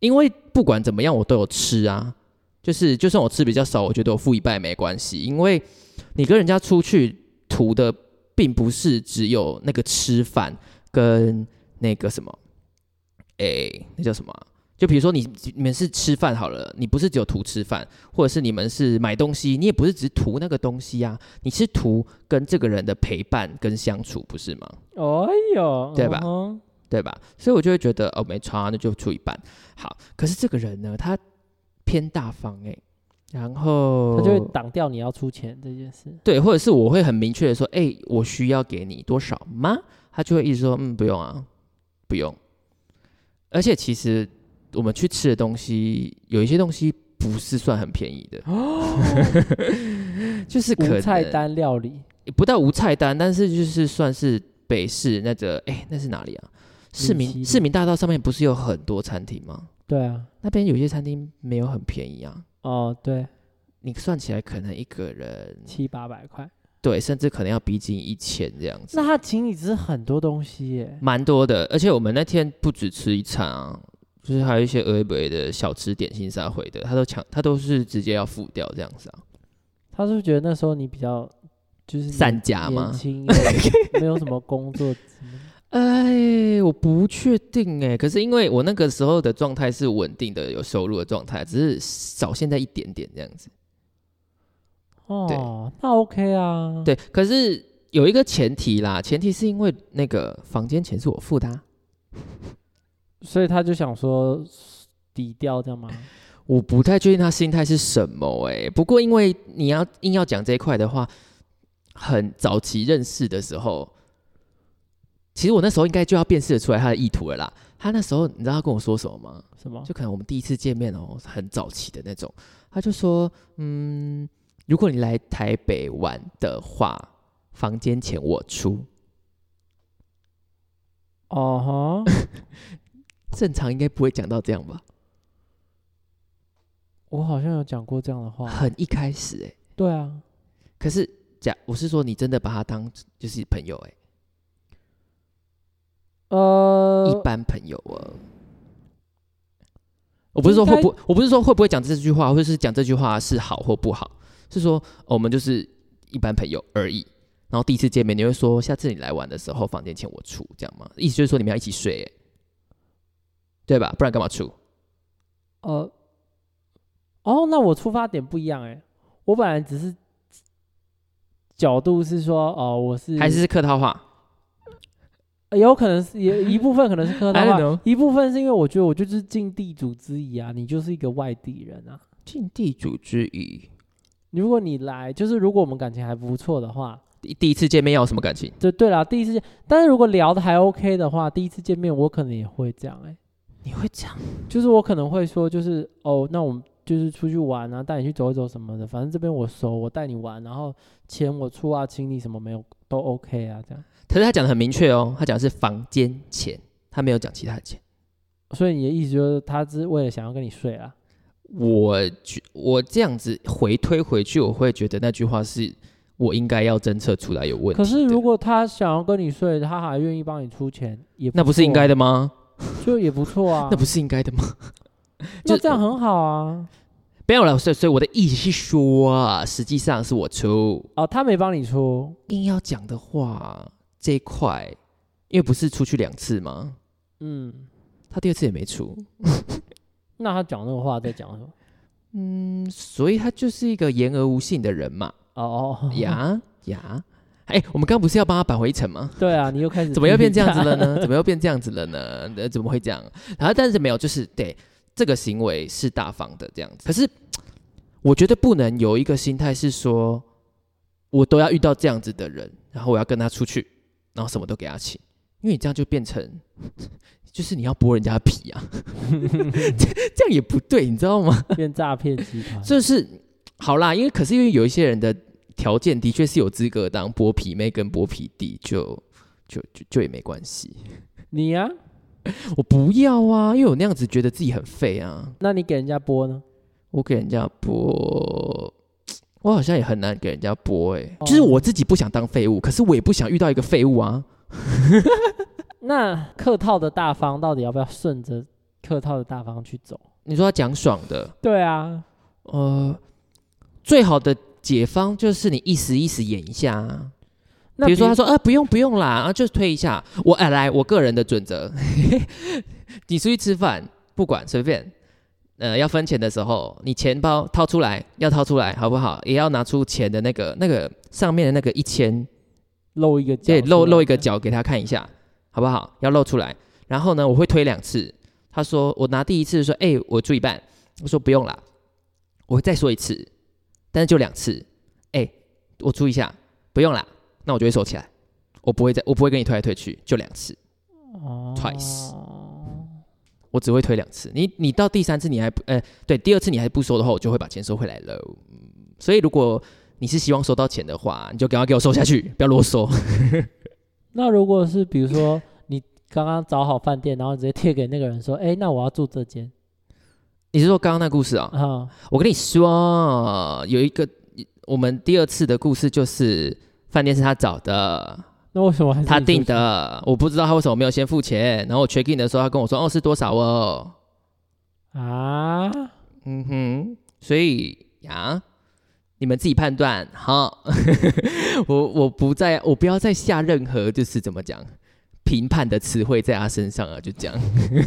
[SPEAKER 2] 因为不管怎么样，我都有吃啊。就是就算我吃比较少，我觉得我付一半也没关系，因为你跟人家出去图的并不是只有那个吃饭跟那个什么，诶，那叫什么啊、就比如说你你们是吃饭好了，你不是只有图吃饭，或者是你们是买东西，你也不是只图那个东西啊，你是图跟这个人的陪伴跟相处，不是吗？
[SPEAKER 1] 哦哟，
[SPEAKER 2] 对吧
[SPEAKER 1] 嗯哼
[SPEAKER 2] 对吧？所以我就会觉得哦，没差，那就出一半。好，可是这个人呢，他偏大方诶，然后
[SPEAKER 1] 他就会挡掉你要出钱这件 事。
[SPEAKER 2] 对，或者是我会很明确的说，哎、我需要给你多少吗？他就会一直说，嗯，不用啊，不用。而且其实我们去吃的东西，有一些东西不是算很便宜的，就是可
[SPEAKER 1] 啊无
[SPEAKER 2] 能
[SPEAKER 1] 菜单料理，
[SPEAKER 2] 不到无菜单，但是就是算是北市那个，哎、那是哪里啊？市
[SPEAKER 1] 西
[SPEAKER 2] 民
[SPEAKER 1] 路
[SPEAKER 2] 市民大道上面不是有很多餐厅吗？
[SPEAKER 1] 对啊，
[SPEAKER 2] 那边有些餐厅没有很便宜啊，
[SPEAKER 1] 哦对，
[SPEAKER 2] 你算起来可能一个人
[SPEAKER 1] 七八百块。
[SPEAKER 2] 对，甚至可能要逼近一千这样子。
[SPEAKER 1] 那他请你吃很多东西耶，
[SPEAKER 2] 蛮多的，而且我们那天不止吃一餐啊，就是还有一些额外的小吃、点心啥回的，他都抢，他都是直接要付掉这样子啊。
[SPEAKER 1] 他是不是觉得那时候你比较就是
[SPEAKER 2] 散家
[SPEAKER 1] 年
[SPEAKER 2] 吗？
[SPEAKER 1] 轻，没 有没有什么工作什么的，
[SPEAKER 2] 哎，我不确定哎，可是因为我那个时候的状态是稳定的、有收入的状态，只是少现在一点点这样子。
[SPEAKER 1] 哦，那 OK 啊。，
[SPEAKER 2] 对，可是有一个前提啦，前提是因为那个房间钱是我付的、啊，
[SPEAKER 1] 所以他就想说抵掉这样吗？
[SPEAKER 2] 我不太确定他心态是什么哎、不过因为你要硬要讲这一块的话，很早期认识的时候，其实我那时候应该就要辨识得出来他的意图了啦。他那时候你知道他跟我说什么吗？
[SPEAKER 1] 什么？
[SPEAKER 2] 就可能我们第一次见面哦，很早期的那种，他就说，嗯，如果你来台北玩的话，房间钱我出。
[SPEAKER 1] 哦哈，
[SPEAKER 2] 正常应该不会讲到这样吧？
[SPEAKER 1] 我好像有讲过这样的话。
[SPEAKER 2] 很一开始哎、
[SPEAKER 1] 对啊，
[SPEAKER 2] 可是假我是说你真的把他当就是朋友哎、
[SPEAKER 1] 呃，
[SPEAKER 2] 一般朋友啊。我不是说会不，我不是说会不会讲这句话，或者是讲这句话是好或不好，是说、哦我们就是一般朋友而已。然后第一次见面，你会说下次你来玩的时候，房间钱我出，这样吗？意思就是说你们要一起睡、欸，对吧？不然干嘛出？
[SPEAKER 1] 呃，哦，那我出发点不一样哎、我本来只是角度是说，哦、我是
[SPEAKER 2] 还是客套话？
[SPEAKER 1] 呃有可能是也一部分可能是 客
[SPEAKER 2] I
[SPEAKER 1] 套
[SPEAKER 2] don't
[SPEAKER 1] 话
[SPEAKER 2] know，
[SPEAKER 1] 一部分是因为我觉得我就是尽地主之谊啊，你就是一个外地人啊。
[SPEAKER 2] 尽地主之谊。
[SPEAKER 1] 如果你来，就是如果我们感情还不错的话，
[SPEAKER 2] 第第一次见面要有什么感情？
[SPEAKER 1] 就对啦，第一次见，但是如果聊的还 OK 的话，第一次见面我可能也会这样哎、
[SPEAKER 2] 你会这样？
[SPEAKER 1] 就是我可能会说，就是哦，那我们就是出去玩啊，带你去走一走什么的，反正这边我熟，我带你玩，然后钱我出啊，请你什么没有都 OK 啊，这样。
[SPEAKER 2] 可是他讲的很明确哦，他讲的是房间钱，他没有讲其他的钱。
[SPEAKER 1] 所以你的意思就是他是为了想要跟你睡啊？
[SPEAKER 2] 我觉我这样子回推回去，我会觉得那句话是我应该要侦测出来有问题
[SPEAKER 1] 可
[SPEAKER 2] 的。
[SPEAKER 1] 是如果他想要跟你睡，他还愿意帮你出钱，也
[SPEAKER 2] 那不是应该
[SPEAKER 1] 的，
[SPEAKER 2] 的吗？
[SPEAKER 1] 就也不错啊
[SPEAKER 2] 。那不是应该的吗？
[SPEAKER 1] 那
[SPEAKER 2] 就
[SPEAKER 1] 这样很好啊。
[SPEAKER 2] 没有了，所以所以我的意思是说啊，实际上是我出，
[SPEAKER 1] 哦，他没帮你出，
[SPEAKER 2] 硬要讲的话这一块，因为不是出去两次吗？
[SPEAKER 1] 嗯，
[SPEAKER 2] 他第二次也没出，
[SPEAKER 1] 那他讲那个话在讲什么？
[SPEAKER 2] 嗯，所以他就是一个言而无信的人嘛，
[SPEAKER 1] 哦哦，
[SPEAKER 2] 呀呀，哎，我们刚刚不是要帮他扳回一城吗？
[SPEAKER 1] 对啊，你又开始
[SPEAKER 2] 怎么又变这样子
[SPEAKER 1] 了？
[SPEAKER 2] 了呢？怎么又变这样子了呢？呃，怎么会这样？然后但是没有，就是对这个行为是大方的这样子。可是我觉得不能有一个心态是说，我都要遇到这样子的人，然后我要跟他出去，然后什么都给他请，因为你这样就变成就是你要剥人家的皮啊， 这这样也不对，你知道吗？
[SPEAKER 1] 变诈骗集团？
[SPEAKER 2] 就是好啦，因为可是因为有一些人的条件的确是有资格当剥皮妹跟剥皮弟，就就就就也没关系。
[SPEAKER 1] 你呀、啊，
[SPEAKER 2] 我不要啊，因为我那样子觉得自己很废啊。
[SPEAKER 1] 那你给人家播呢？
[SPEAKER 2] 我给人家剥，我好像也很难给人家剥哎、
[SPEAKER 1] 哦
[SPEAKER 2] 就是我自己不想当废物，可是我也不想遇到一个废物啊。
[SPEAKER 1] 那客套的大方到底要不要顺着客套的大方去走？
[SPEAKER 2] 你说要讲爽的，
[SPEAKER 1] 对啊，
[SPEAKER 2] 呃，最好的解方就是你一时一时演一下啊。
[SPEAKER 1] 那
[SPEAKER 2] 比如说他说啊不用不用啦，啊就推一下。我哎、来，我个人的准则， 你出去吃饭不管随便，呃要分钱的时候，你钱包掏出来要掏出来好不好？也要拿出钱的那个那个上面的那个一千，
[SPEAKER 1] 露一个角啊
[SPEAKER 2] 对，
[SPEAKER 1] 出来，
[SPEAKER 2] 露露一个角给他看一下，好不好？要露出来。然后呢，我会推两次。他说我拿第一次说，哎、我出一半。我说不用啦，我会再说一次，但是就两次。哎、我出一下，不用啦，那我就会收起来。我不会再，我不会跟你推来推去，就两次，
[SPEAKER 1] 哦
[SPEAKER 2] twice 我只会推两次。你你到第三次你还不，呃，对，第二次你还不收的话，我就会把钱收回来了。嗯所以如果你是希望收到钱的话，你就赶快给我收下去，不要啰嗦。
[SPEAKER 1] 那如果是比如说你刚刚找好饭店，然后直接贴给那个人说，哎，那我要住这间
[SPEAKER 2] 你是说刚刚那故事啊、
[SPEAKER 1] 啊，
[SPEAKER 2] 我跟你说，有一个我们第二次的故事就是饭店是他找的，
[SPEAKER 1] 那为什么还是
[SPEAKER 2] 他
[SPEAKER 1] 你出
[SPEAKER 2] 订
[SPEAKER 1] 去？
[SPEAKER 2] 的，我不知道他为什么没有先付钱。然后我 check in 的时候，他跟我说哦是多少哦，
[SPEAKER 1] 啊？
[SPEAKER 2] 嗯哼，所以呀，你们自己判断哈。 我我不再我不要再下任何就是怎么讲评判的词汇在他身上啊，就这样，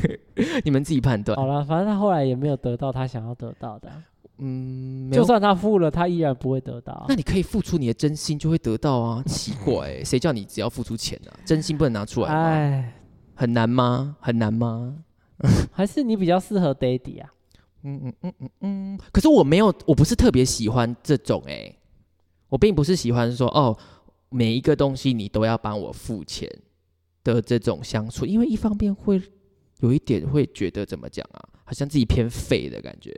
[SPEAKER 2] 你们自己判断。
[SPEAKER 1] 好了，反正他后来也没有得到他想要得到的啊，
[SPEAKER 2] 嗯，没有
[SPEAKER 1] 就算他付了，他依然不会得到啊。
[SPEAKER 2] 那你可以付出你的真心就会得到 啊，奇怪、谁叫你只要付出钱啊？真心不能拿出来吗？
[SPEAKER 1] 哎，
[SPEAKER 2] 很难吗？很难吗？
[SPEAKER 1] 还是你比较适合 daddy 啊？
[SPEAKER 2] 嗯嗯嗯嗯嗯。可是我没有，我不是特别喜欢这种哎、我并不是喜欢说哦，每一个东西你都要帮我付钱的这种相处，因为一方面会有一点会觉得怎么讲啊，好像自己偏废的感觉，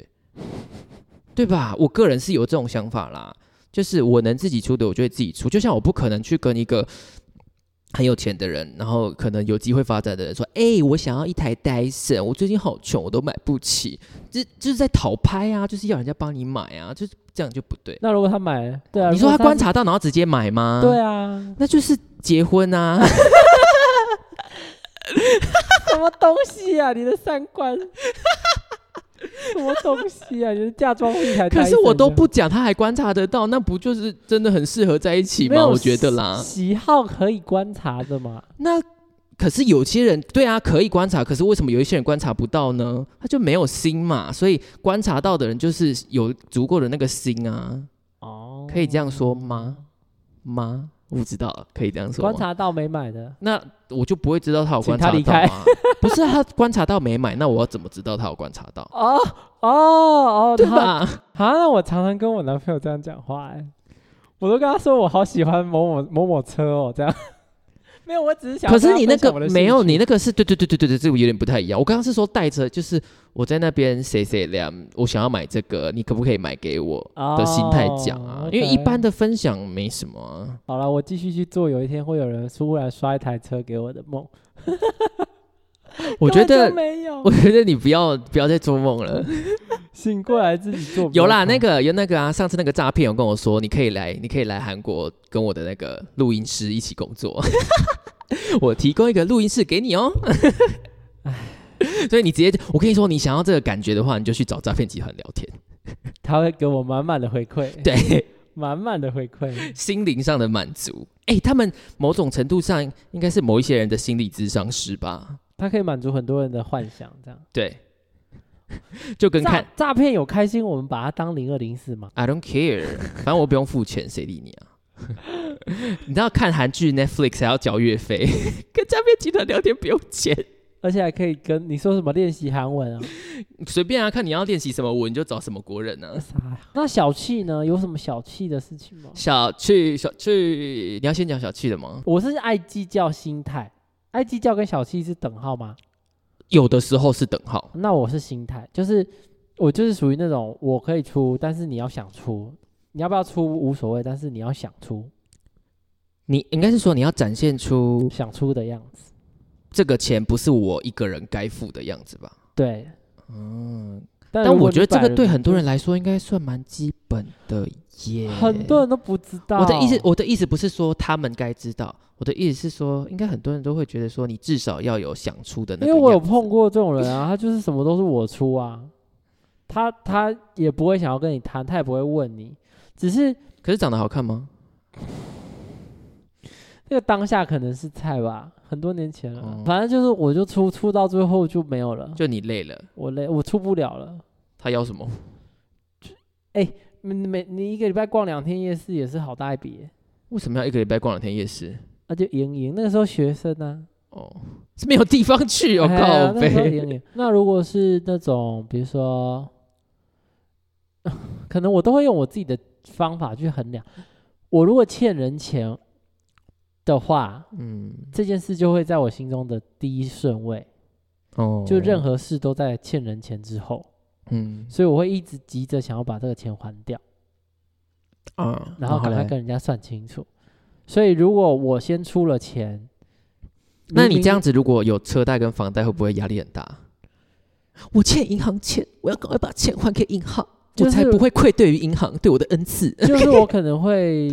[SPEAKER 2] 对吧？我个人是有这种想法啦，就是我能自己出的，我就会自己出，就像我不可能去跟一个。很有钱的人，然后可能有机会发展的人说：“哎、我想要一台戴森，我最近好穷，我都买不起。这”这就是在讨拍啊，就是要人家帮你买啊，就是这样就不对。
[SPEAKER 1] 那如果他买了，对啊，
[SPEAKER 2] 你
[SPEAKER 1] 如
[SPEAKER 2] 说
[SPEAKER 1] 果
[SPEAKER 2] 他观
[SPEAKER 1] 是
[SPEAKER 2] 察到然后直接买吗？
[SPEAKER 1] 对，啊，
[SPEAKER 2] 那就是结 婚啊。
[SPEAKER 1] 什么东西啊？你的三 观，什么东西啊？你的嫁妆是一台
[SPEAKER 2] 可
[SPEAKER 1] 戴
[SPEAKER 2] 是
[SPEAKER 1] 森
[SPEAKER 2] 我都
[SPEAKER 1] 的
[SPEAKER 2] 不讲，他还观察得到，那不就是真的很适合在一起
[SPEAKER 1] 没
[SPEAKER 2] 吗？
[SPEAKER 1] 有
[SPEAKER 2] 我觉得啦，
[SPEAKER 1] 喜好可以观察的嘛。
[SPEAKER 2] 那可是有些人对啊，可以观察，可是为什么有一些人观察不到呢？他就没有心嘛，所以观察到的人就是有足够的那个心啊，
[SPEAKER 1] 哦，
[SPEAKER 2] 可以这样说吗？吗？我不知道，可以这样说
[SPEAKER 1] 嗯
[SPEAKER 2] 吗。
[SPEAKER 1] 观察到没买的，
[SPEAKER 2] 那我就不会知道他有
[SPEAKER 1] 请
[SPEAKER 2] 观
[SPEAKER 1] 他
[SPEAKER 2] 察
[SPEAKER 1] 离
[SPEAKER 2] 到
[SPEAKER 1] 开
[SPEAKER 2] 啊。不是啊他观察到没买，那我要怎么知道他有观察到？
[SPEAKER 1] 哦哦哦，
[SPEAKER 2] 对
[SPEAKER 1] 他
[SPEAKER 2] 吧？
[SPEAKER 1] 啊，那我常常跟我男朋友这样讲话、哎，我都跟他说我好喜欢某某某某车哦，这样。 没有，我只是想要
[SPEAKER 2] 可
[SPEAKER 1] 跟他分
[SPEAKER 2] 是
[SPEAKER 1] 享我
[SPEAKER 2] 你那
[SPEAKER 1] 的兴趣。
[SPEAKER 2] 个没有，你那个是对对对对对对，这个有点不太一样。我刚刚是说带着，就是我在那边谁谁俩，我想要买这个，你可不可以买给我的心态讲啊
[SPEAKER 1] 哦
[SPEAKER 2] 因为一般
[SPEAKER 1] ，OK
[SPEAKER 2] 的分享没什么、啊。
[SPEAKER 1] 好了，我继续去做，有一天会有人突然刷一台车给我的梦。
[SPEAKER 2] 我觉
[SPEAKER 1] 根本
[SPEAKER 2] 得
[SPEAKER 1] 就，没有
[SPEAKER 2] 我，觉得你不要不要再做梦 了。
[SPEAKER 1] 醒过来自己做。
[SPEAKER 2] 有啦，那个有那个啊，上次那个诈骗有跟我说，你可以来，你可以来韩国跟我的那个录音师一起工作， 我提供一个录音室给你哦。 所以你直接，我跟你说，你想要这个感觉的话，你就去找诈骗集团聊天，
[SPEAKER 1] 他会给我满满的回馈，，
[SPEAKER 2] 对，
[SPEAKER 1] 满满的回馈。
[SPEAKER 2] 心灵上的满足。哎、他们某种程度上应该是某一些人的心理智商师吧？
[SPEAKER 1] 他可以满足很多人的幻想，这样。
[SPEAKER 2] 对， 就跟
[SPEAKER 1] 诈
[SPEAKER 2] 看
[SPEAKER 1] 诈骗有开心，我们把它当零二零四嘛。
[SPEAKER 2] I don't care，反正我不用付钱，谁理你啊？ 你知道看韩剧 Netflix 还要交月费， 跟诈骗集团聊天不用钱，
[SPEAKER 1] 而且还可以跟你说什么练习韩文啊？
[SPEAKER 2] 随便啊，看你要练习什么文你就找什么国人啊。
[SPEAKER 1] 傻呀那小气呢？有什么小气的事情吗？
[SPEAKER 2] 小趣小趣，你要先讲小趣的吗？
[SPEAKER 1] 我是爱计较心态，爱计较跟小气是等号吗？
[SPEAKER 2] 有的时候是等号，
[SPEAKER 1] 那我是心态，就是我就是属于那种我可以出，但是你要想出，你要不要出无所谓，但是你要想出
[SPEAKER 2] 你应该是说你要展现出
[SPEAKER 1] 想出的样子。
[SPEAKER 2] 这个钱不是我一个人该付的样子吧？
[SPEAKER 1] 对，
[SPEAKER 2] 嗯，
[SPEAKER 1] 但
[SPEAKER 2] 但
[SPEAKER 1] 如果
[SPEAKER 2] 我觉得
[SPEAKER 1] 你
[SPEAKER 2] 这
[SPEAKER 1] 摆
[SPEAKER 2] 个
[SPEAKER 1] 了
[SPEAKER 2] 对很多人来说应该算蛮基本的耶。
[SPEAKER 1] 很多人都不知道。
[SPEAKER 2] 我的意思，我的意思不是说他们该知道，我的意思是说，应该很多人都会觉得说，你至少要有想出的那
[SPEAKER 1] 因
[SPEAKER 2] 个
[SPEAKER 1] 为
[SPEAKER 2] 样子。
[SPEAKER 1] 我有碰过这种人啊，他就是什么都是我出啊，他他也不会想要跟你谈，他也不会问你，只是
[SPEAKER 2] 可是长得好看吗？
[SPEAKER 1] 那个当下可能是菜吧，很多年前了，
[SPEAKER 2] 哦
[SPEAKER 1] 反正就是我就出出到最后就没有了，
[SPEAKER 2] 就你累了，
[SPEAKER 1] 我累，我出不了了。
[SPEAKER 2] 他要什么？
[SPEAKER 1] 每每你一个礼拜逛两天夜市也是好大一笔耶，
[SPEAKER 2] 为什么要一个礼拜逛两天夜市？
[SPEAKER 1] 那、就赢赢。那个时候学生啊呢、
[SPEAKER 2] 哦，是没有地方去哦，
[SPEAKER 1] 哎呀
[SPEAKER 2] 靠
[SPEAKER 1] 那时候
[SPEAKER 2] 背。
[SPEAKER 1] 赢赢。那如果是那种，比如说，可能我都会用我自己的方法去衡量。我如果欠人钱的话，
[SPEAKER 2] 嗯，
[SPEAKER 1] 这件事就会在我心中的第一顺位，
[SPEAKER 2] 哦，
[SPEAKER 1] 就任何事都在欠人钱之后。
[SPEAKER 2] 嗯
[SPEAKER 1] 所以我会一直急着想要把这个钱还掉，
[SPEAKER 2] 啊，
[SPEAKER 1] 然后赶快
[SPEAKER 2] 嘞
[SPEAKER 1] 跟人家算清楚。所以如果我先出了钱，
[SPEAKER 2] 那你
[SPEAKER 1] 明
[SPEAKER 2] 这样
[SPEAKER 1] 明
[SPEAKER 2] 子，如果有车贷跟房贷，会不会压力很大？我欠银行钱，我要赶快把钱还给银行，
[SPEAKER 1] 就
[SPEAKER 2] 我才
[SPEAKER 1] 是
[SPEAKER 2] 不会愧对于银行对我的恩赐。
[SPEAKER 1] 就是我可能会，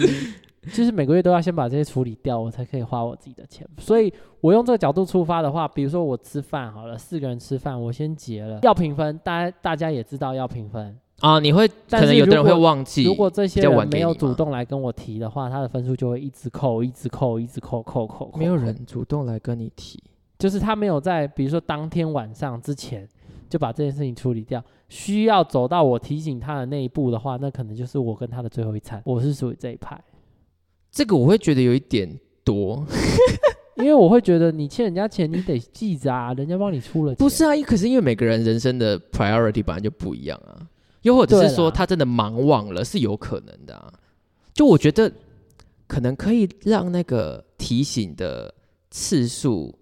[SPEAKER 1] 就是每个月都要先把这些处理掉，我才可以花我自己的钱。所以我用这个角度出发的话，比如说我吃饭好了，四个人吃饭，我先结了，要平分，大家大家也知道要平分。
[SPEAKER 2] 啊，你会
[SPEAKER 1] 但
[SPEAKER 2] 可能
[SPEAKER 1] 是
[SPEAKER 2] 有的
[SPEAKER 1] 如
[SPEAKER 2] 人会
[SPEAKER 1] 果
[SPEAKER 2] 忘记，
[SPEAKER 1] 如果这些
[SPEAKER 2] 比较晚
[SPEAKER 1] 人
[SPEAKER 2] 给
[SPEAKER 1] 没有
[SPEAKER 2] 你
[SPEAKER 1] 主
[SPEAKER 2] 嘛
[SPEAKER 1] 动来跟我提的话，他的分数就会一直扣，一直扣，一直扣，扣扣扣。
[SPEAKER 2] 没有
[SPEAKER 1] 扣
[SPEAKER 2] 人主动来跟你提，
[SPEAKER 1] 就是他没有在，比如说当天晚上之前就把这件事情处理掉，需要走到我提醒他的那一步的话，那可能就是我跟他的最后一餐。我是属于这一派，
[SPEAKER 2] 这个我会觉得有一点多。
[SPEAKER 1] 因为我会觉得你欠人家钱，你得记着啊，人家帮你出了钱。
[SPEAKER 2] 不是啊，可是因为每个人人生的 priority 本来就不一样啊，又或者
[SPEAKER 1] 对
[SPEAKER 2] 是说
[SPEAKER 1] 啦
[SPEAKER 2] 他真的忙忘了，是有可能的啊。就我觉得可能可以让那个提醒的次数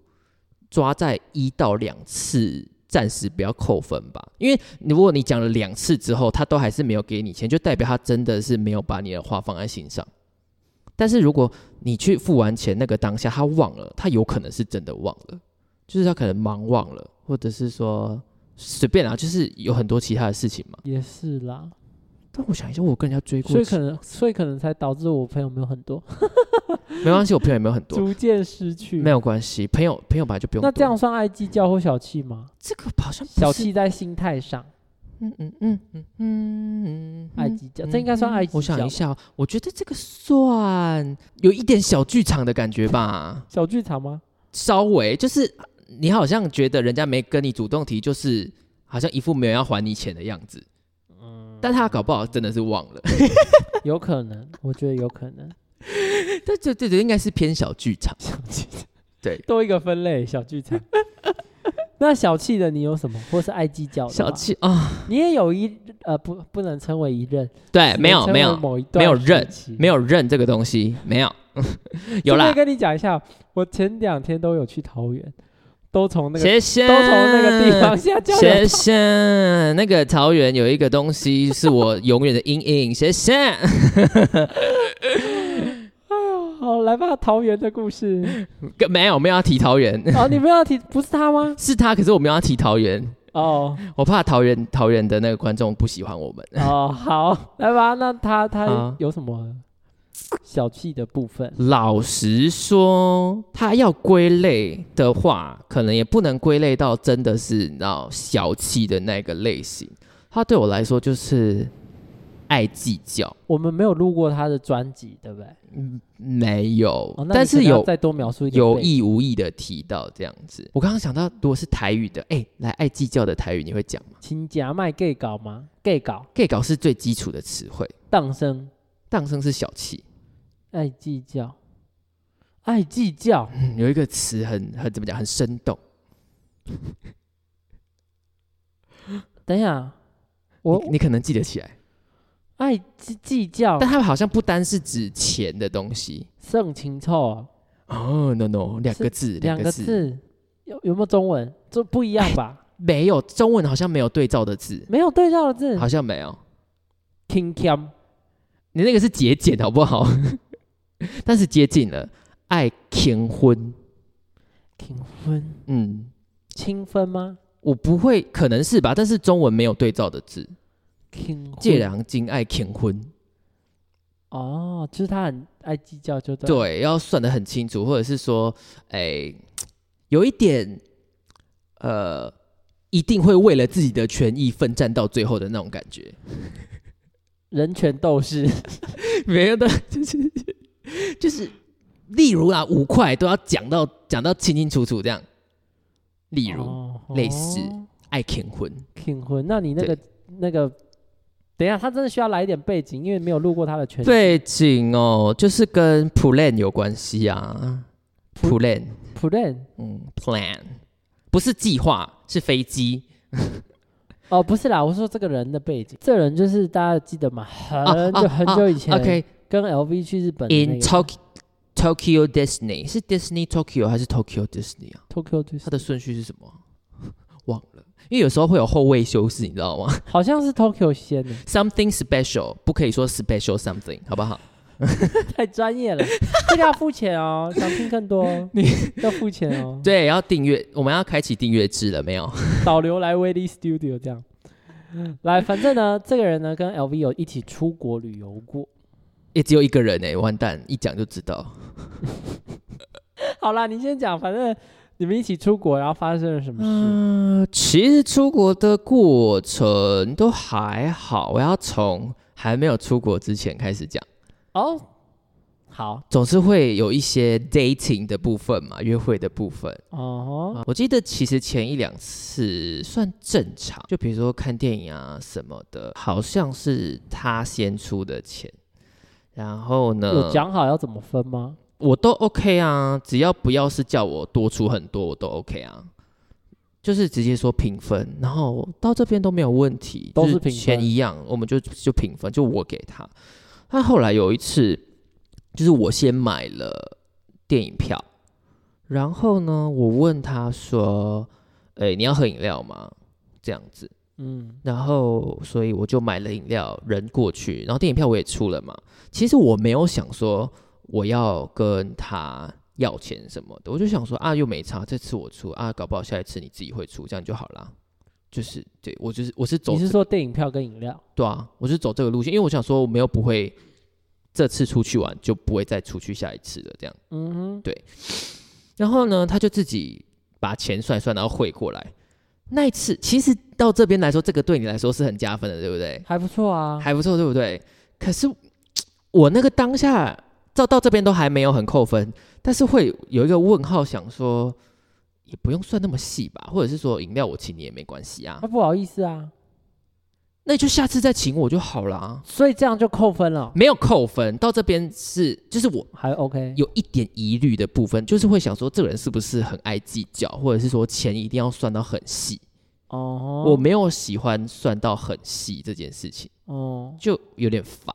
[SPEAKER 2] 抓在一到两次。暂时不要扣分吧，因为如果你讲了两次之后，他都还是没有给你钱，就代表他真的是没有把你的话放在心上。但是如果你去付完钱那个当下，他忘了，他有可能是真的忘了，就是他可能忙忘了，或者是说随便啊，就是有很多其他的事情嘛。
[SPEAKER 1] 也是啦，
[SPEAKER 2] 但我想一下，我跟人家追过
[SPEAKER 1] 所以
[SPEAKER 2] 几，
[SPEAKER 1] 可能，所以可能才导致我朋友没有很多，
[SPEAKER 2] 没关系，我朋友也没有很多，
[SPEAKER 1] 逐渐失去。
[SPEAKER 2] 没有关系，朋友朋友本来就不用多。
[SPEAKER 1] 那这样算爱计较或小气吗？
[SPEAKER 2] 这个好像不是
[SPEAKER 1] 小，气在心态上，
[SPEAKER 2] 嗯嗯嗯嗯嗯嗯，
[SPEAKER 1] 爱计较，这应该算爱计较吧。
[SPEAKER 2] 我想一下哦，我觉得这个算有一点小剧场的感觉吧。
[SPEAKER 1] 小剧场吗？
[SPEAKER 2] 稍微就是你好像觉得人家没跟你主动提，就是好像一副没有要还你钱的样子，
[SPEAKER 1] 嗯，
[SPEAKER 2] 但他搞不好真的是忘 了。
[SPEAKER 1] 有可能，我觉得有可能。
[SPEAKER 2] 但这这这应该是偏小剧场，对，
[SPEAKER 1] 多一个分类，小剧 场。那小气的你有什么，或是爱计较的？
[SPEAKER 2] 小，气啊，
[SPEAKER 1] 你也有一呃，不不能称为一任，
[SPEAKER 2] 对，哎没有
[SPEAKER 1] 只能称为
[SPEAKER 2] 没有
[SPEAKER 1] 某一段
[SPEAKER 2] 没有
[SPEAKER 1] 时
[SPEAKER 2] 任
[SPEAKER 1] 期
[SPEAKER 2] 没有认这个东西，没有，有
[SPEAKER 1] 顺
[SPEAKER 2] 啦
[SPEAKER 1] 便，跟你讲一下，我前两天都有去桃园，都从那个
[SPEAKER 2] 谢谢，
[SPEAKER 1] 都从那个地 方下降。
[SPEAKER 2] 谢谢，那个桃园有一个东西是我永远的阴影。谢谢，
[SPEAKER 1] 哎好，来吧，桃园的故 事。
[SPEAKER 2] 没有，我没有要提桃园，
[SPEAKER 1] 哦，你们要提不是他吗？
[SPEAKER 2] 是他，可是我没有要提桃园，
[SPEAKER 1] 哦
[SPEAKER 2] 我怕桃园桃园的那个观众不喜欢我们。
[SPEAKER 1] 哦，好，来吧。那他他
[SPEAKER 2] 好
[SPEAKER 1] 有什么小气的部分？
[SPEAKER 2] 老实说，他要归类的话，可能也不能归类到真的是你知道小气的那个类型。他对我来说就是爱计较，
[SPEAKER 1] 我们没有录过他的专辑，对不对？
[SPEAKER 2] 嗯，没有，
[SPEAKER 1] 哦，那你
[SPEAKER 2] 但
[SPEAKER 1] 可
[SPEAKER 2] 是
[SPEAKER 1] 能要
[SPEAKER 2] 有
[SPEAKER 1] 再多描述一点背景，
[SPEAKER 2] 有意无意的提到这样子。我刚刚想到，如果是台语的，哎、来爱计较的台语你会讲吗
[SPEAKER 1] 请假卖 gay 搞吗？gay 搞，
[SPEAKER 2] ？gay 搞是最基础的词汇，
[SPEAKER 1] 当生
[SPEAKER 2] 当生是小气。
[SPEAKER 1] 爱计较，爱计较，
[SPEAKER 2] 嗯有一个词很很怎么讲，很生动。
[SPEAKER 1] 等一下，我
[SPEAKER 2] 你你可能记得起来，
[SPEAKER 1] 爱计计较
[SPEAKER 2] 但，它好像不单是指钱的东西。
[SPEAKER 1] 盛情臭啊，
[SPEAKER 2] 哦，no no，两个字，
[SPEAKER 1] 两个
[SPEAKER 2] 个，
[SPEAKER 1] 字，有有没有中文？这不一样 吧？
[SPEAKER 2] 没有中文好像没有对照的字，
[SPEAKER 1] 没有对照的字
[SPEAKER 2] 好像没有。
[SPEAKER 1] ，king cam
[SPEAKER 2] 你那个是节俭好不好？ 但是接近了，爱乾婚，
[SPEAKER 1] king 分
[SPEAKER 2] 嗯，
[SPEAKER 1] 清分吗
[SPEAKER 2] 我不会，可能是吧，但是中文没有对照的字。
[SPEAKER 1] ？king
[SPEAKER 2] 借良金爱乾婚，
[SPEAKER 1] 哦，就是他很爱计较，就对。，
[SPEAKER 2] 对，要算得很清楚，或者是说，哎，有一点，呃，一定会为了自己的权益奋战到最后的那种感觉。
[SPEAKER 1] 人权斗士，
[SPEAKER 2] 没有的，就是就是，例如啊，五块都要讲到讲到清清楚楚这样。例如、
[SPEAKER 1] 哦
[SPEAKER 2] 类似爱乾婚，
[SPEAKER 1] king 婚，那你那个那个，等一下，他真的需要来一点背景，因为没有录过他的全
[SPEAKER 2] 背景哦，就是跟 plan 有关系啊，plan。
[SPEAKER 1] plan
[SPEAKER 2] 嗯，plan 不是计划，是飞机
[SPEAKER 1] 哦，不是啦，我说这个人的背景，这人就是大家记得吗？很久
[SPEAKER 2] 啊
[SPEAKER 1] 很久以前
[SPEAKER 2] OK
[SPEAKER 1] 跟 LV 去日本的那
[SPEAKER 2] in
[SPEAKER 1] 个
[SPEAKER 2] Tokyo Tokyo Disney 是 Disney Tokyo 还是 Tokyo Disney 啊？
[SPEAKER 1] Tokyo 就
[SPEAKER 2] 它
[SPEAKER 1] 是
[SPEAKER 2] 的顺序是什么啊？ 忘了，因为有时候会有后位修饰，你知道吗
[SPEAKER 1] 好像是 Tokyo 先的，
[SPEAKER 2] ？Something special 不可以说 special something，好不好？
[SPEAKER 1] 太专业了，这个要付钱 哦，想听更多哦，你要付钱 哦。
[SPEAKER 2] 对，要订阅，我们要开启订阅制了没有？
[SPEAKER 1] 导流来威力 Studio 这样。来，反正呢，这个人呢跟 LV 有一起出国旅游过。
[SPEAKER 2] 也只有一个人哎、完蛋，一讲就知道。
[SPEAKER 1] 好啦，你先讲，反正你们一起出国，然后发生了什么事？
[SPEAKER 2] 嗯、其实出国的过程都还好，我要从还没有出国之前开始讲。
[SPEAKER 1] 哦，好，
[SPEAKER 2] 总是会有一些 dating 的部分嘛，约会的部分。
[SPEAKER 1] 哦吼，
[SPEAKER 2] 啊我记得其实前一两次算正常，就比如说看电影啊什么的，好像是他先出的钱。然后
[SPEAKER 1] 有
[SPEAKER 2] 呢，
[SPEAKER 1] 讲好要怎么分吗？
[SPEAKER 2] 我都 OK 啊，只要不要是叫我多出很多，我都 OK 啊。就是直接说平分，然后到这边都没有问题，
[SPEAKER 1] 都是
[SPEAKER 2] 就
[SPEAKER 1] 平分
[SPEAKER 2] 钱一样，我们就就平分，就我给他。他后来有一次，就是我先买了电影票，然后呢，我问他说：“哎、你要喝饮料吗？”这样子，
[SPEAKER 1] 嗯，
[SPEAKER 2] 然后所以我就买了饮料，人过去，然后电影票我也出了嘛。其实我没有想说我要跟他要钱什么的，我就想说啊，又没差，这次我出啊，搞不好下一次你自己会出，这样就好啦。就是对我就是我是走
[SPEAKER 1] 你
[SPEAKER 2] 这
[SPEAKER 1] 是说电影票跟饮料？
[SPEAKER 2] 对啊，我是走这个路线，因为我想说我们又不会这次出去玩就不会再出去下一次了这样。
[SPEAKER 1] 嗯哼，
[SPEAKER 2] 然后呢，他就自己把钱算一算，然后汇过来。那一次其实到这边来说，这个对你来说是很加分的，对不对？
[SPEAKER 1] 还不错啊。
[SPEAKER 2] 还不错，对不对？可是我那个当下照到这边都还没有很扣分，但是会有一个问号，想说也不用算那么细吧，或者是说饮料我请你也没关系啊
[SPEAKER 1] 他、，不好意思啊，
[SPEAKER 2] 那你就下次再请我就好啦。
[SPEAKER 1] 所以这样就扣分了，
[SPEAKER 2] 没有扣分，到这边是就是我
[SPEAKER 1] 还 OK。
[SPEAKER 2] 有一点疑虑的部分，就是会想说这个人是不是很爱计较，或者是说钱一定要算到很细。
[SPEAKER 1] 哦，
[SPEAKER 2] 我没有喜欢算到很细这件事情，
[SPEAKER 1] 哦，
[SPEAKER 2] 就有点烦。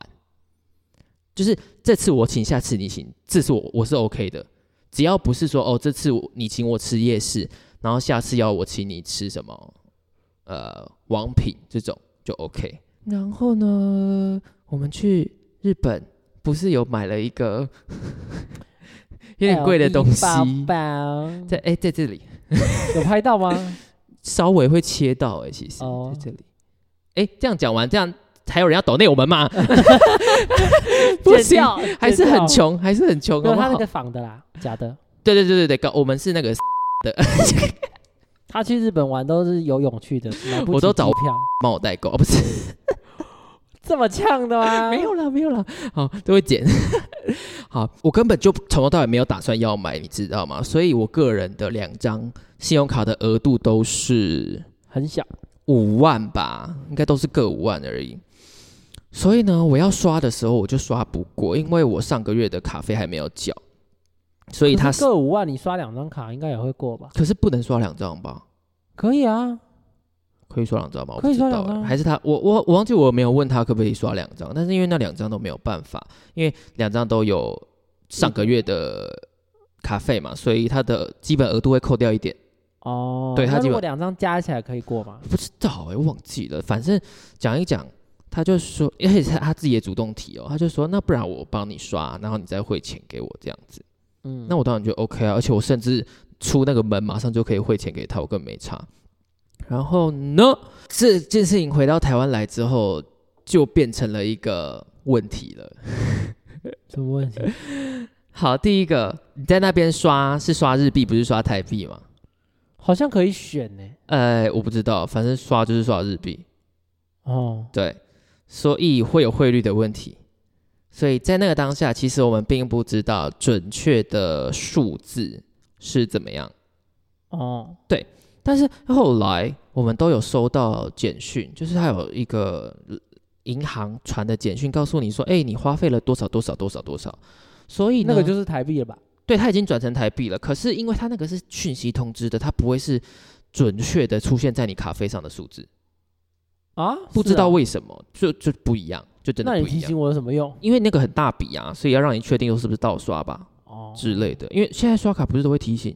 [SPEAKER 2] 就是这次我请，下次你请，这次我我是 OK 的，只要不是说哦，这次我你请我吃夜市，然后下次要我请你吃什么，呃，王品这种就 OK。然后呢，我们去日本不是有买了一个 有点贵的东西，
[SPEAKER 1] 哦包哎包
[SPEAKER 2] 在哎、在这里
[SPEAKER 1] 有拍到吗？
[SPEAKER 2] 稍微会切到哎、其实、
[SPEAKER 1] 哦
[SPEAKER 2] 在这里。哎、这样讲完，这样还有人要抖内我们吗？ 不
[SPEAKER 1] 剪
[SPEAKER 2] 行
[SPEAKER 1] 掉，
[SPEAKER 2] 还是
[SPEAKER 1] 剪掉
[SPEAKER 2] 很，穷，还是很穷，
[SPEAKER 1] 没有
[SPEAKER 2] 好不
[SPEAKER 1] 他
[SPEAKER 2] 好
[SPEAKER 1] 那？个仿的啦，假的。
[SPEAKER 2] 对对对对对，搞我们是那个
[SPEAKER 1] 他去日本玩都是游泳去的，买不起
[SPEAKER 2] 我都找
[SPEAKER 1] 机票，
[SPEAKER 2] 帮我代购，哦 不是，
[SPEAKER 1] 这么呛的吗？
[SPEAKER 2] 没有啦，没有啦，好，都会剪。好，我根本就从头到尾没有打算要买，你知道吗？所以我个人的两张信用卡的额度都是
[SPEAKER 1] 很小，
[SPEAKER 2] 五万吧，应该都是各五万而已。所以呢，我要刷的时候我就刷不过，因为我上个月的卡费还没有缴，所以
[SPEAKER 1] 可
[SPEAKER 2] 它
[SPEAKER 1] 是
[SPEAKER 2] 是
[SPEAKER 1] 各五万，你刷两张卡应该也会过吧？
[SPEAKER 2] 可是不能刷两张吧？
[SPEAKER 1] 可以啊，
[SPEAKER 2] 可以刷两张吗？我
[SPEAKER 1] 可以
[SPEAKER 2] 不知道
[SPEAKER 1] 刷两张
[SPEAKER 2] 欸还是他？我我我忘记我有没有问他可不可以刷两张，但是因为那两张都没有办法，因为两张都有上个月的卡费嘛，所以他的基本额度会扣掉一点。
[SPEAKER 1] 哦，
[SPEAKER 2] 对他
[SPEAKER 1] 那
[SPEAKER 2] 基
[SPEAKER 1] 如
[SPEAKER 2] 本
[SPEAKER 1] 果两张加起来可以过吗？
[SPEAKER 2] 不知道哎、我忘记了，反正讲一讲，他就说，而且他他自己也主动提哦，他就说，那不然我帮你刷，然后你再汇钱给我这样子。
[SPEAKER 1] 嗯，
[SPEAKER 2] 那我当然就 OK 啊，而且我甚至出那个门马上就可以汇钱给他，我根本没差。然后呢，这件事情回到台湾来之后，就变成了一个问题了。
[SPEAKER 1] 什么问题？
[SPEAKER 2] 好，第一个，你在那边刷是刷日币，不是刷台币吗？
[SPEAKER 1] 好像可以选呢、
[SPEAKER 2] 呃，我不知道，反正刷就是刷日币，
[SPEAKER 1] 哦，
[SPEAKER 2] 对，所以会有汇率的问题。所以在那个当下，其实我们并不知道准确的数字是怎么样。
[SPEAKER 1] 哦，
[SPEAKER 2] 但是后来我们都有收到简讯，就是他有一个呃银行传的简讯，告诉你说，哎、你花费了多少多少多少多少，所以呢
[SPEAKER 1] 那个就是台币了吧？
[SPEAKER 2] 对他已经转成台币了。可是因为他那个是讯息通知的，他不会是准确的出现在你卡费上的数字，
[SPEAKER 1] 啊，
[SPEAKER 2] 不
[SPEAKER 1] 是
[SPEAKER 2] 知道
[SPEAKER 1] 啊
[SPEAKER 2] 为什么，就就不一样，就真的
[SPEAKER 1] 那你
[SPEAKER 2] 不一
[SPEAKER 1] 提
[SPEAKER 2] 样
[SPEAKER 1] 醒。我有什么用？
[SPEAKER 2] 因为那个很大笔啊，所以要让你确定是不是盗刷吧
[SPEAKER 1] 哦，
[SPEAKER 2] 之类的。因为现在刷卡不是都会提醒。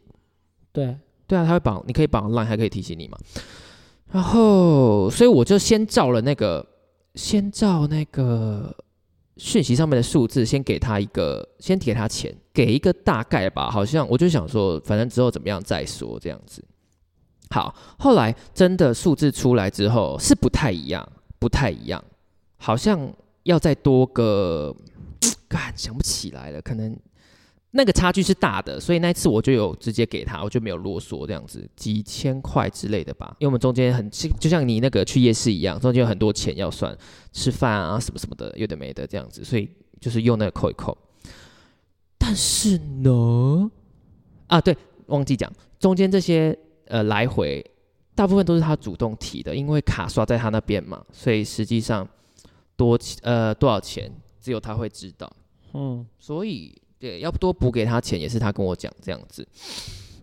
[SPEAKER 1] 对，
[SPEAKER 2] 对啊，他会绑，你可以绑 Line，还可以提醒你嘛。然后，所以我就先照了那个，先照那个讯息上面的数字，先给他一个，先给他钱，给一个大概吧。好像我就想说，反正之后怎么样再说这样子。好，后来真的数字出来之后是不太一样，不太一样，好像要再多个，干想不起来了，可能那个差距是大的，所以那一次我就有直接给他，我就没有啰嗦这样子，几千块之类的吧。因为我们中间很就像你那个去夜市一样，中间有很多钱要算，吃饭啊什么什么的，有的没的这样子，所以就是用那个扣一扣。但是呢，啊对，忘记讲，中间这些呃来回大部分都是他主动提的，因为卡刷在他那边嘛，所以实际上多呃多少钱只有他会知道。
[SPEAKER 1] 嗯，
[SPEAKER 2] 所以对，要多补给他钱也是他跟我讲这样子，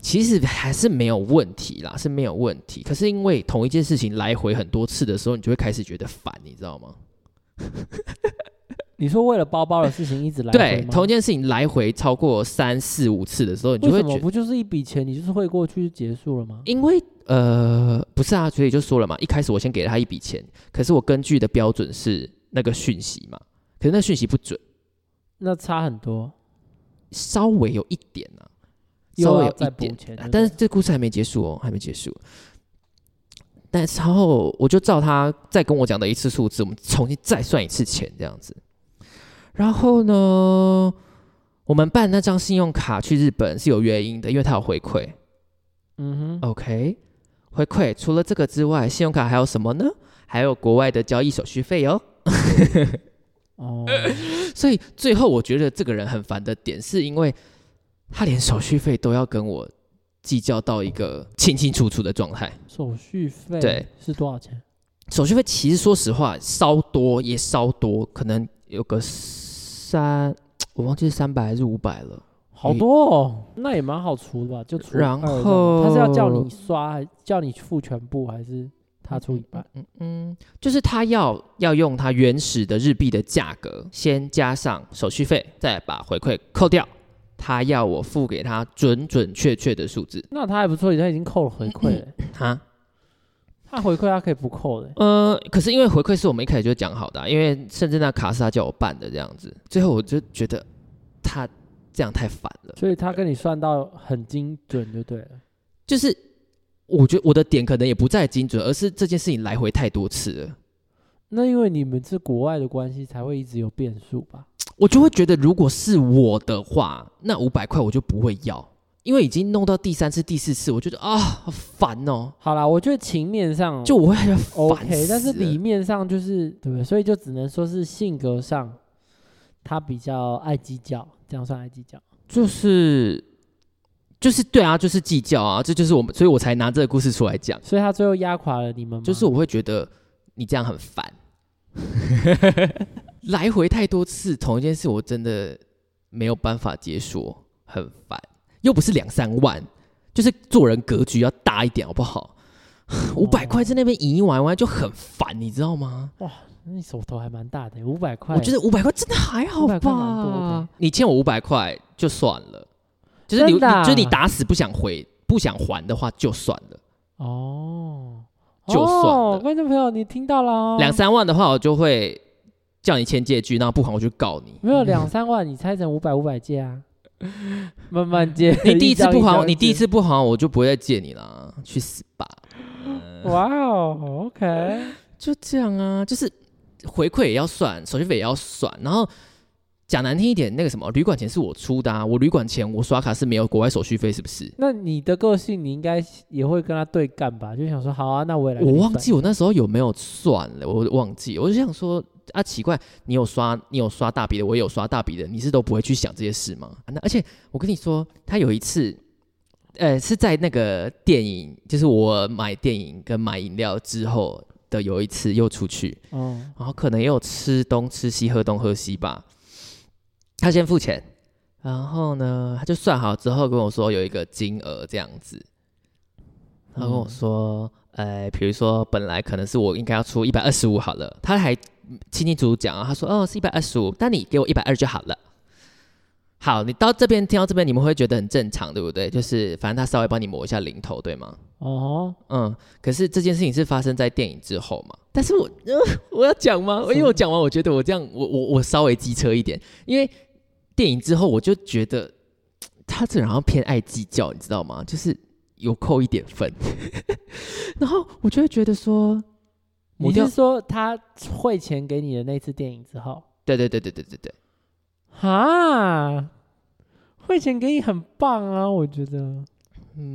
[SPEAKER 2] 其实还是没有问题啦，是没有问题。可是因为同一件事情来回很多次的时候，你就会开始觉得烦，你知道吗？
[SPEAKER 1] 你说为了包包的事情一直来回
[SPEAKER 2] 对，
[SPEAKER 1] 吗
[SPEAKER 2] 同一件事情来回超过三四五次的时候，你就
[SPEAKER 1] 为
[SPEAKER 2] 会
[SPEAKER 1] 什
[SPEAKER 2] 觉
[SPEAKER 1] 么
[SPEAKER 2] 得，
[SPEAKER 1] 不就是一笔钱，你就是汇过去就结束了吗？
[SPEAKER 2] 因为呃，不是啊，所以就说了嘛，一开始我先给了他一笔钱，可是我根据的标准是那个讯息嘛，可是那讯息不准，
[SPEAKER 1] 那差很多，
[SPEAKER 2] 稍微有一点啊，稍
[SPEAKER 1] 又
[SPEAKER 2] 微
[SPEAKER 1] 要
[SPEAKER 2] 有
[SPEAKER 1] 再
[SPEAKER 2] 一
[SPEAKER 1] 补
[SPEAKER 2] 点
[SPEAKER 1] 钱
[SPEAKER 2] 啊
[SPEAKER 1] 就
[SPEAKER 2] 但
[SPEAKER 1] 对
[SPEAKER 2] 是这故事还没结束哦，还没结束。但是然后我就照他再跟我讲的一次数字，我们重新再算一次钱这样子。然后呢，我们办那张信用卡去日本是有原因的，因为它有回馈。
[SPEAKER 1] 嗯哼，
[SPEAKER 2] OK，回馈除了这个之外，信用卡还有什么呢？还有国外的交易手续费哦。
[SPEAKER 1] 哦，
[SPEAKER 2] 所以最后我觉得这个人很烦的点，是因为他连手续费都要跟我计较到一个清清楚楚的状态。
[SPEAKER 1] 手续费
[SPEAKER 2] 对
[SPEAKER 1] 是多少钱？
[SPEAKER 2] 手续费其实说实话稍多也稍多，可能有个三，我忘记是三百还是五百了。
[SPEAKER 1] 好多哦，那也蛮好除的吧？就除
[SPEAKER 2] 然
[SPEAKER 1] 二这样
[SPEAKER 2] 后
[SPEAKER 1] 他是要叫你刷，还叫你付全部，还是他出一半？
[SPEAKER 2] 嗯嗯，就是他要要用他原始的日币的价格，先加上手续费，再把回馈扣掉。他要我付给他准准确确的数字
[SPEAKER 1] 那他还不错，他已经扣了回馈 了。
[SPEAKER 2] 哈，
[SPEAKER 1] 他回馈他可以不扣的。
[SPEAKER 2] 呃，可是因为回馈是我们一开始就讲好的啊、因为甚至那卡是他叫我办的这样子，最后我就觉得他这样太烦了。
[SPEAKER 1] 所以他跟你算到很精准就对了。
[SPEAKER 2] 就是我觉得我的点可能也不在精准，而是这件事情来回太多次了，
[SPEAKER 1] 那因为你们是国外的关系，才会一直有变数吧？
[SPEAKER 2] 我就会觉得如果是我的话，那五百块我就不会要，因为已经弄到第三次、第四次，我觉得啊好烦哦，
[SPEAKER 1] 好啦，我觉得情面上
[SPEAKER 2] 就我会很烦
[SPEAKER 1] OK，
[SPEAKER 2] 死
[SPEAKER 1] 但是里
[SPEAKER 2] 了
[SPEAKER 1] 面上就是对不对？所以就只能说是性格上，他比较爱计较，这样算爱计较。
[SPEAKER 2] 就是。就是对啊，就是计较啊，这就是我们，所以我才拿这个故事出来讲。
[SPEAKER 1] 所以他最后压垮了你们吗？
[SPEAKER 2] 就是我会觉得你这样很烦，来回太多次同一件事，我真的没有办法接受，很烦。又不是两三万，就是做人格局要大一点，好不好？五
[SPEAKER 1] 哦
[SPEAKER 2] 百块在那边赢一玩玩就很烦，你知道吗？
[SPEAKER 1] 你手头还蛮大的，五百块。
[SPEAKER 2] 我觉得五百块真的还
[SPEAKER 1] 500
[SPEAKER 2] 好
[SPEAKER 1] 块蛮多的欸
[SPEAKER 2] 吧。你欠我五百块就算了，就是你，
[SPEAKER 1] 真的啊
[SPEAKER 2] 你就是你打死不想回、不想还的话就算了。
[SPEAKER 1] 哦，
[SPEAKER 2] 就算
[SPEAKER 1] 哦
[SPEAKER 2] 了
[SPEAKER 1] 观众朋友，你听到了哦，
[SPEAKER 2] 两三万的话，我就会叫你签借据，然后不还我就告你。
[SPEAKER 1] 没有两三万，你拆成五百五百借 啊，慢慢借。
[SPEAKER 2] 你第一次
[SPEAKER 1] 张
[SPEAKER 2] 不还我，
[SPEAKER 1] 张
[SPEAKER 2] 你第一
[SPEAKER 1] 借
[SPEAKER 2] 次不还我，我就不会再借你啦，去死吧！
[SPEAKER 1] 哇哦，OK，
[SPEAKER 2] 就这样啊，就是回馈也要算，手续费也要算，然后讲难听一点，那个什么旅馆钱是我出的啊，我旅馆钱我刷卡是没有国外手续费，是不是？
[SPEAKER 1] 那你的个性你应该也会跟他对干吧？就想说好啊，那我也来跟
[SPEAKER 2] 我
[SPEAKER 1] 你算。
[SPEAKER 2] 忘记我那时候有没有算了，我忘记，我就想说啊，奇怪，你有刷你有刷大笔的，我也有刷大笔的，你是都不会去想这些事吗？啊那而且我跟你说，他有一次，呃，是在那个电影，就是我买电影跟买饮料之后的有一次又出去，
[SPEAKER 1] 嗯，
[SPEAKER 2] 然后可能也有吃东吃西，喝东喝西吧。他先付钱，然后呢，他就算好之后跟我说有一个金额这样子。他跟我说，呃，比如说本来可能是我应该要出一百二十五好了，他还清清楚楚讲啊，他说哦是一百二十五，但你给我一百二就好了。好，你到这边听到这边，你们会觉得很正常，对不对？就是反正他稍微帮你抹一下零头，对吗？
[SPEAKER 1] 哦，
[SPEAKER 2] 嗯，可是这件事情是发生在电影之后嘛？但是我、呃、我要讲吗？
[SPEAKER 1] 什么
[SPEAKER 2] 因为我讲完，我觉得我这样，我我我稍微机车一点，因为电影之后，我就觉得嘖他这人好像偏爱计较，你知道吗？就是有扣一点 分，然后我就会觉得说，
[SPEAKER 1] 你
[SPEAKER 2] 抹掉
[SPEAKER 1] 是说他汇钱给你的那次电影之后，
[SPEAKER 2] 对对对对对对对，
[SPEAKER 1] 哈，汇钱给你很棒啊，我觉得。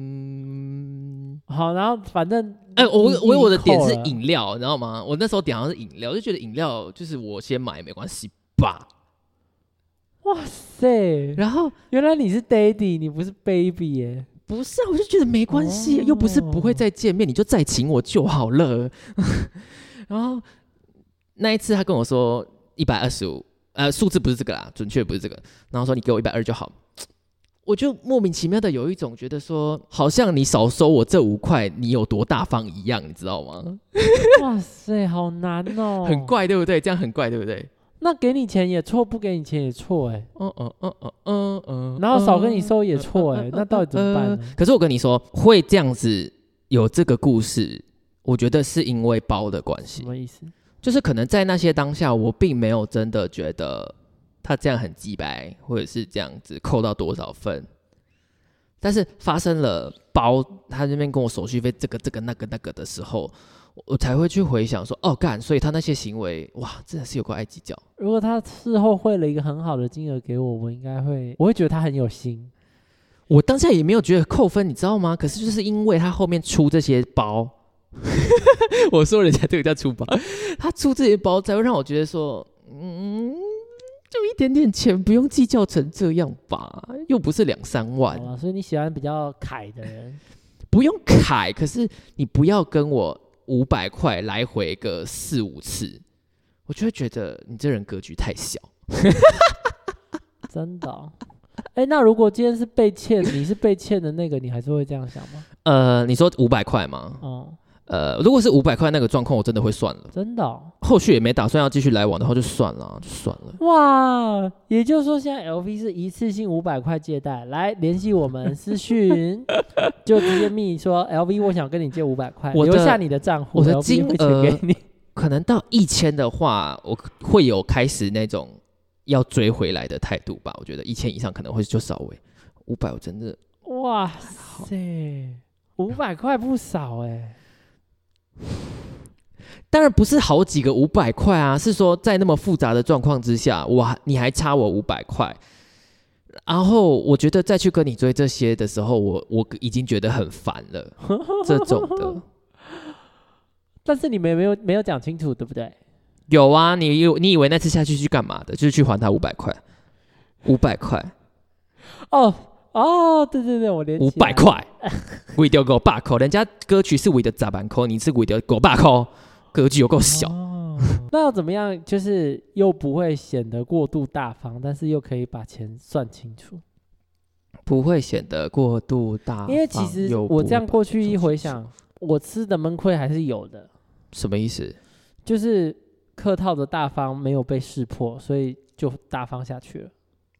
[SPEAKER 2] 嗯，
[SPEAKER 1] 好，然后反正
[SPEAKER 2] 哎、我
[SPEAKER 1] 你
[SPEAKER 2] 我我的点是
[SPEAKER 1] 你扣了
[SPEAKER 2] 饮料，你知道吗？我那时候点好像是饮料，我就觉得饮料就是我先买没关系吧。
[SPEAKER 1] 哇 塞，
[SPEAKER 2] 然后
[SPEAKER 1] 原来你是 daddy，你不是 baby 耶、
[SPEAKER 2] 不是啊，我就觉得没关系，
[SPEAKER 1] 哦
[SPEAKER 2] 又不是不会再见面，你就再请我就好了。 然后那一次他跟我说一百二十五，呃，数字不是这个啦，准确不是这个。然后说你给我一百二就好，我就莫名其妙的有一种觉得说，好像你少收我这五块，你有多大方一样，你知道吗？
[SPEAKER 1] 哇塞，好难哦，
[SPEAKER 2] 很。怪，对不对？这样很怪，对不对？
[SPEAKER 1] 那给你钱也错，不给你钱也错，哎，
[SPEAKER 2] 嗯嗯嗯嗯嗯嗯，
[SPEAKER 1] 然后少跟
[SPEAKER 2] 跟
[SPEAKER 1] 你收也错，哎，那到底怎么 办呢？
[SPEAKER 2] 可是我跟你说，会这样子有这个故事，我觉得是因为包的关
[SPEAKER 1] 什
[SPEAKER 2] 系，
[SPEAKER 1] 么意思？
[SPEAKER 2] 就是可能在那些当下，我并没有真的觉得他这样很鸡白，或者是这样子扣到多少分。但是发生了包他那边跟我手续费这个这个那个那个的时候，我我才会去回想说，哦干，所以他那些行为，哇，真的是有够爱计较。
[SPEAKER 1] 如果他事后汇了一个很好的金额给我，我应该会，我会觉得他很有心。
[SPEAKER 2] 我当下也没有觉得扣分，你知道吗？可是就是因为他后面出这些包， 我说人家这个叫出包，他出这些包才会让我觉得说，嗯，就一点点钱，不用计较成这样吧，又不是两三
[SPEAKER 1] 好
[SPEAKER 2] 万，
[SPEAKER 1] 了，所以你喜欢比较凯的人，
[SPEAKER 2] 不用凯，可是你不要跟我五百块来回个四五次，我就会觉得你这人格局太小。
[SPEAKER 1] 真的哦、哎、那如果今天是被欠，你是被欠的那个，你还是会这样想吗？
[SPEAKER 2] 呃，你说五百块吗？
[SPEAKER 1] 哦、
[SPEAKER 2] 呃，如果是五百块那个状况，我真的会算了，
[SPEAKER 1] 真的、哦。
[SPEAKER 2] 后续也没打算要继续来往的话，就算了啊，就算了。
[SPEAKER 1] 哇，也就是说，现在 LV 是一次性五百块借贷，来联系我们私讯，就直接密说 LV，我想跟你借五百块，
[SPEAKER 2] 我的
[SPEAKER 1] 留下你的账户，
[SPEAKER 2] 我的
[SPEAKER 1] LV
[SPEAKER 2] 金
[SPEAKER 1] 会chuyển给
[SPEAKER 2] 额
[SPEAKER 1] 你。
[SPEAKER 2] 可能到一千的话，我会有开始那种要追回来的态度吧。我觉得一千以上可能会就稍微五百，500我真的
[SPEAKER 1] 哇塞，五百块不少哎、
[SPEAKER 2] 当然不是好几个五百块啊，是说在那么复杂的状况之下，我还你还差我五百块。然后我觉得再去跟你追这些的时候，我我已经觉得很烦了， 这种的
[SPEAKER 1] 但是你们也没有没有讲清楚，对不对？
[SPEAKER 2] 有啊。你以你以为那次下去去干嘛的？就是去还他五百块，五百块，
[SPEAKER 1] 哦哦，对对对，我连
[SPEAKER 2] 五
[SPEAKER 1] 起
[SPEAKER 2] 百
[SPEAKER 1] 来
[SPEAKER 2] 块，为掉狗爸扣，人家歌曲是为的咋板扣，你是为掉狗爸扣，格局有够小。
[SPEAKER 1] 哦那要怎么样，就是又不会显得过度大方，但是又可以把钱算清楚？
[SPEAKER 2] 不会显得过度大方，
[SPEAKER 1] 因为其实
[SPEAKER 2] 又
[SPEAKER 1] 我
[SPEAKER 2] 不
[SPEAKER 1] 这样
[SPEAKER 2] 会
[SPEAKER 1] 过去一
[SPEAKER 2] 做
[SPEAKER 1] 回
[SPEAKER 2] 事
[SPEAKER 1] 想，我吃的闷亏还是有的，
[SPEAKER 2] 什么意思？
[SPEAKER 1] 就是客套的大方没有被识破，所以就大方下去了，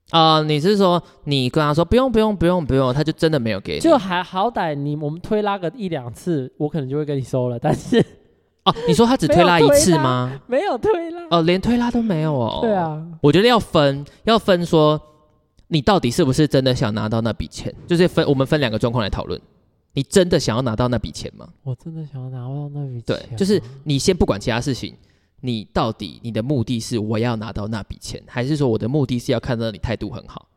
[SPEAKER 2] 啊、你是说你跟他说不用不用不用不用，他就真的没有给你？
[SPEAKER 1] 就还好歹你我们推拉个一两次，我可能就会跟你收了，但是
[SPEAKER 2] 哦，你说他只推拉一次吗？
[SPEAKER 1] 没有推拉。
[SPEAKER 2] 哦，连推拉都没有哦。
[SPEAKER 1] 对，啊，
[SPEAKER 2] 我觉得要分，要分说你到底是不是真的想拿到那笔钱，就是分我们分两个状况来讨论。你真的想要拿到那笔钱吗？
[SPEAKER 1] 我真的想要拿到那笔钱
[SPEAKER 2] 对
[SPEAKER 1] 啊、，
[SPEAKER 2] 就是你先不管其他事情，你到底你的目的是我要拿到那笔钱，还是说我的目的是要看到你态度很好？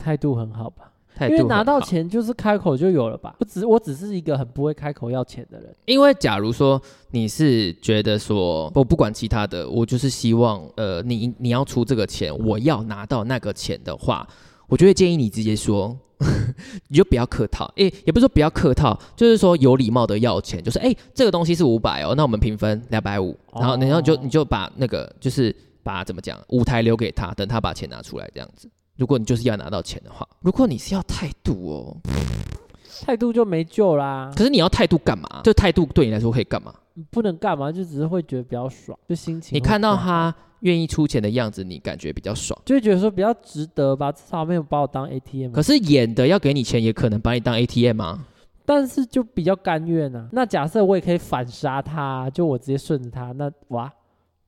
[SPEAKER 1] 态度很好吧。
[SPEAKER 2] 态度
[SPEAKER 1] 因为
[SPEAKER 2] 很
[SPEAKER 1] 拿到
[SPEAKER 2] 好
[SPEAKER 1] 钱就是开口就有了吧？我只我只是一个很不会开口要钱的人，
[SPEAKER 2] 因为假如说你是觉得说，我不管其他的，我就是希望，呃，你你要出这个钱，我要拿到那个钱的话，我就会建议你直接说， 你就不要客套，诶、也不是说不要客套，就是说有礼貌的要钱，就是诶、这个东西是五百哦，那我们平分两百五，然后
[SPEAKER 1] 哦
[SPEAKER 2] 然后就你就把那个就是把怎么讲舞台留给他，等他把钱拿出来这样子。如果你就是要拿到钱的话，如果你是要态度哦，
[SPEAKER 1] 态度就没救啦，
[SPEAKER 2] 可是你要态度干嘛？这态度对你来说可以干嘛？
[SPEAKER 1] 不能干嘛，就只是会觉得比较爽，就心情。
[SPEAKER 2] 你看到，他愿意出钱的样子，你感觉比较爽。
[SPEAKER 1] 就会觉得说比较值得吧，至少没有把我当 ATM，
[SPEAKER 2] 可是演的要给你钱，也可能把你当 ATM 啊。
[SPEAKER 1] 但是就比较甘愿啊。那假设我也可以反杀他，就我直接顺着他，那哇，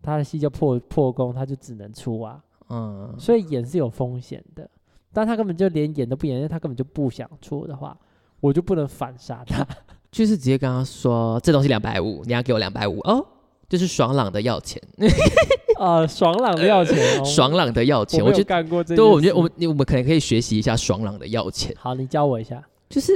[SPEAKER 1] 他的戏就破破功，他就只能出啊。
[SPEAKER 2] 嗯，
[SPEAKER 1] 所以演是有风险的，但他根本就连演都不演，因为他根本就不想出的话，我就不能反杀他。
[SPEAKER 2] 就是直接跟他说这东西两百五，你要给我两百五哦，就是爽朗的要钱，。
[SPEAKER 1] 呃，爽朗的要钱哦
[SPEAKER 2] 爽朗的要钱。
[SPEAKER 1] 我
[SPEAKER 2] 我
[SPEAKER 1] 没
[SPEAKER 2] 觉
[SPEAKER 1] 有
[SPEAKER 2] 得，
[SPEAKER 1] 干过这件事。
[SPEAKER 2] 对，我觉得我们你我们可能可以学习一下爽朗的要钱，
[SPEAKER 1] 好，你教我一下。
[SPEAKER 2] 就是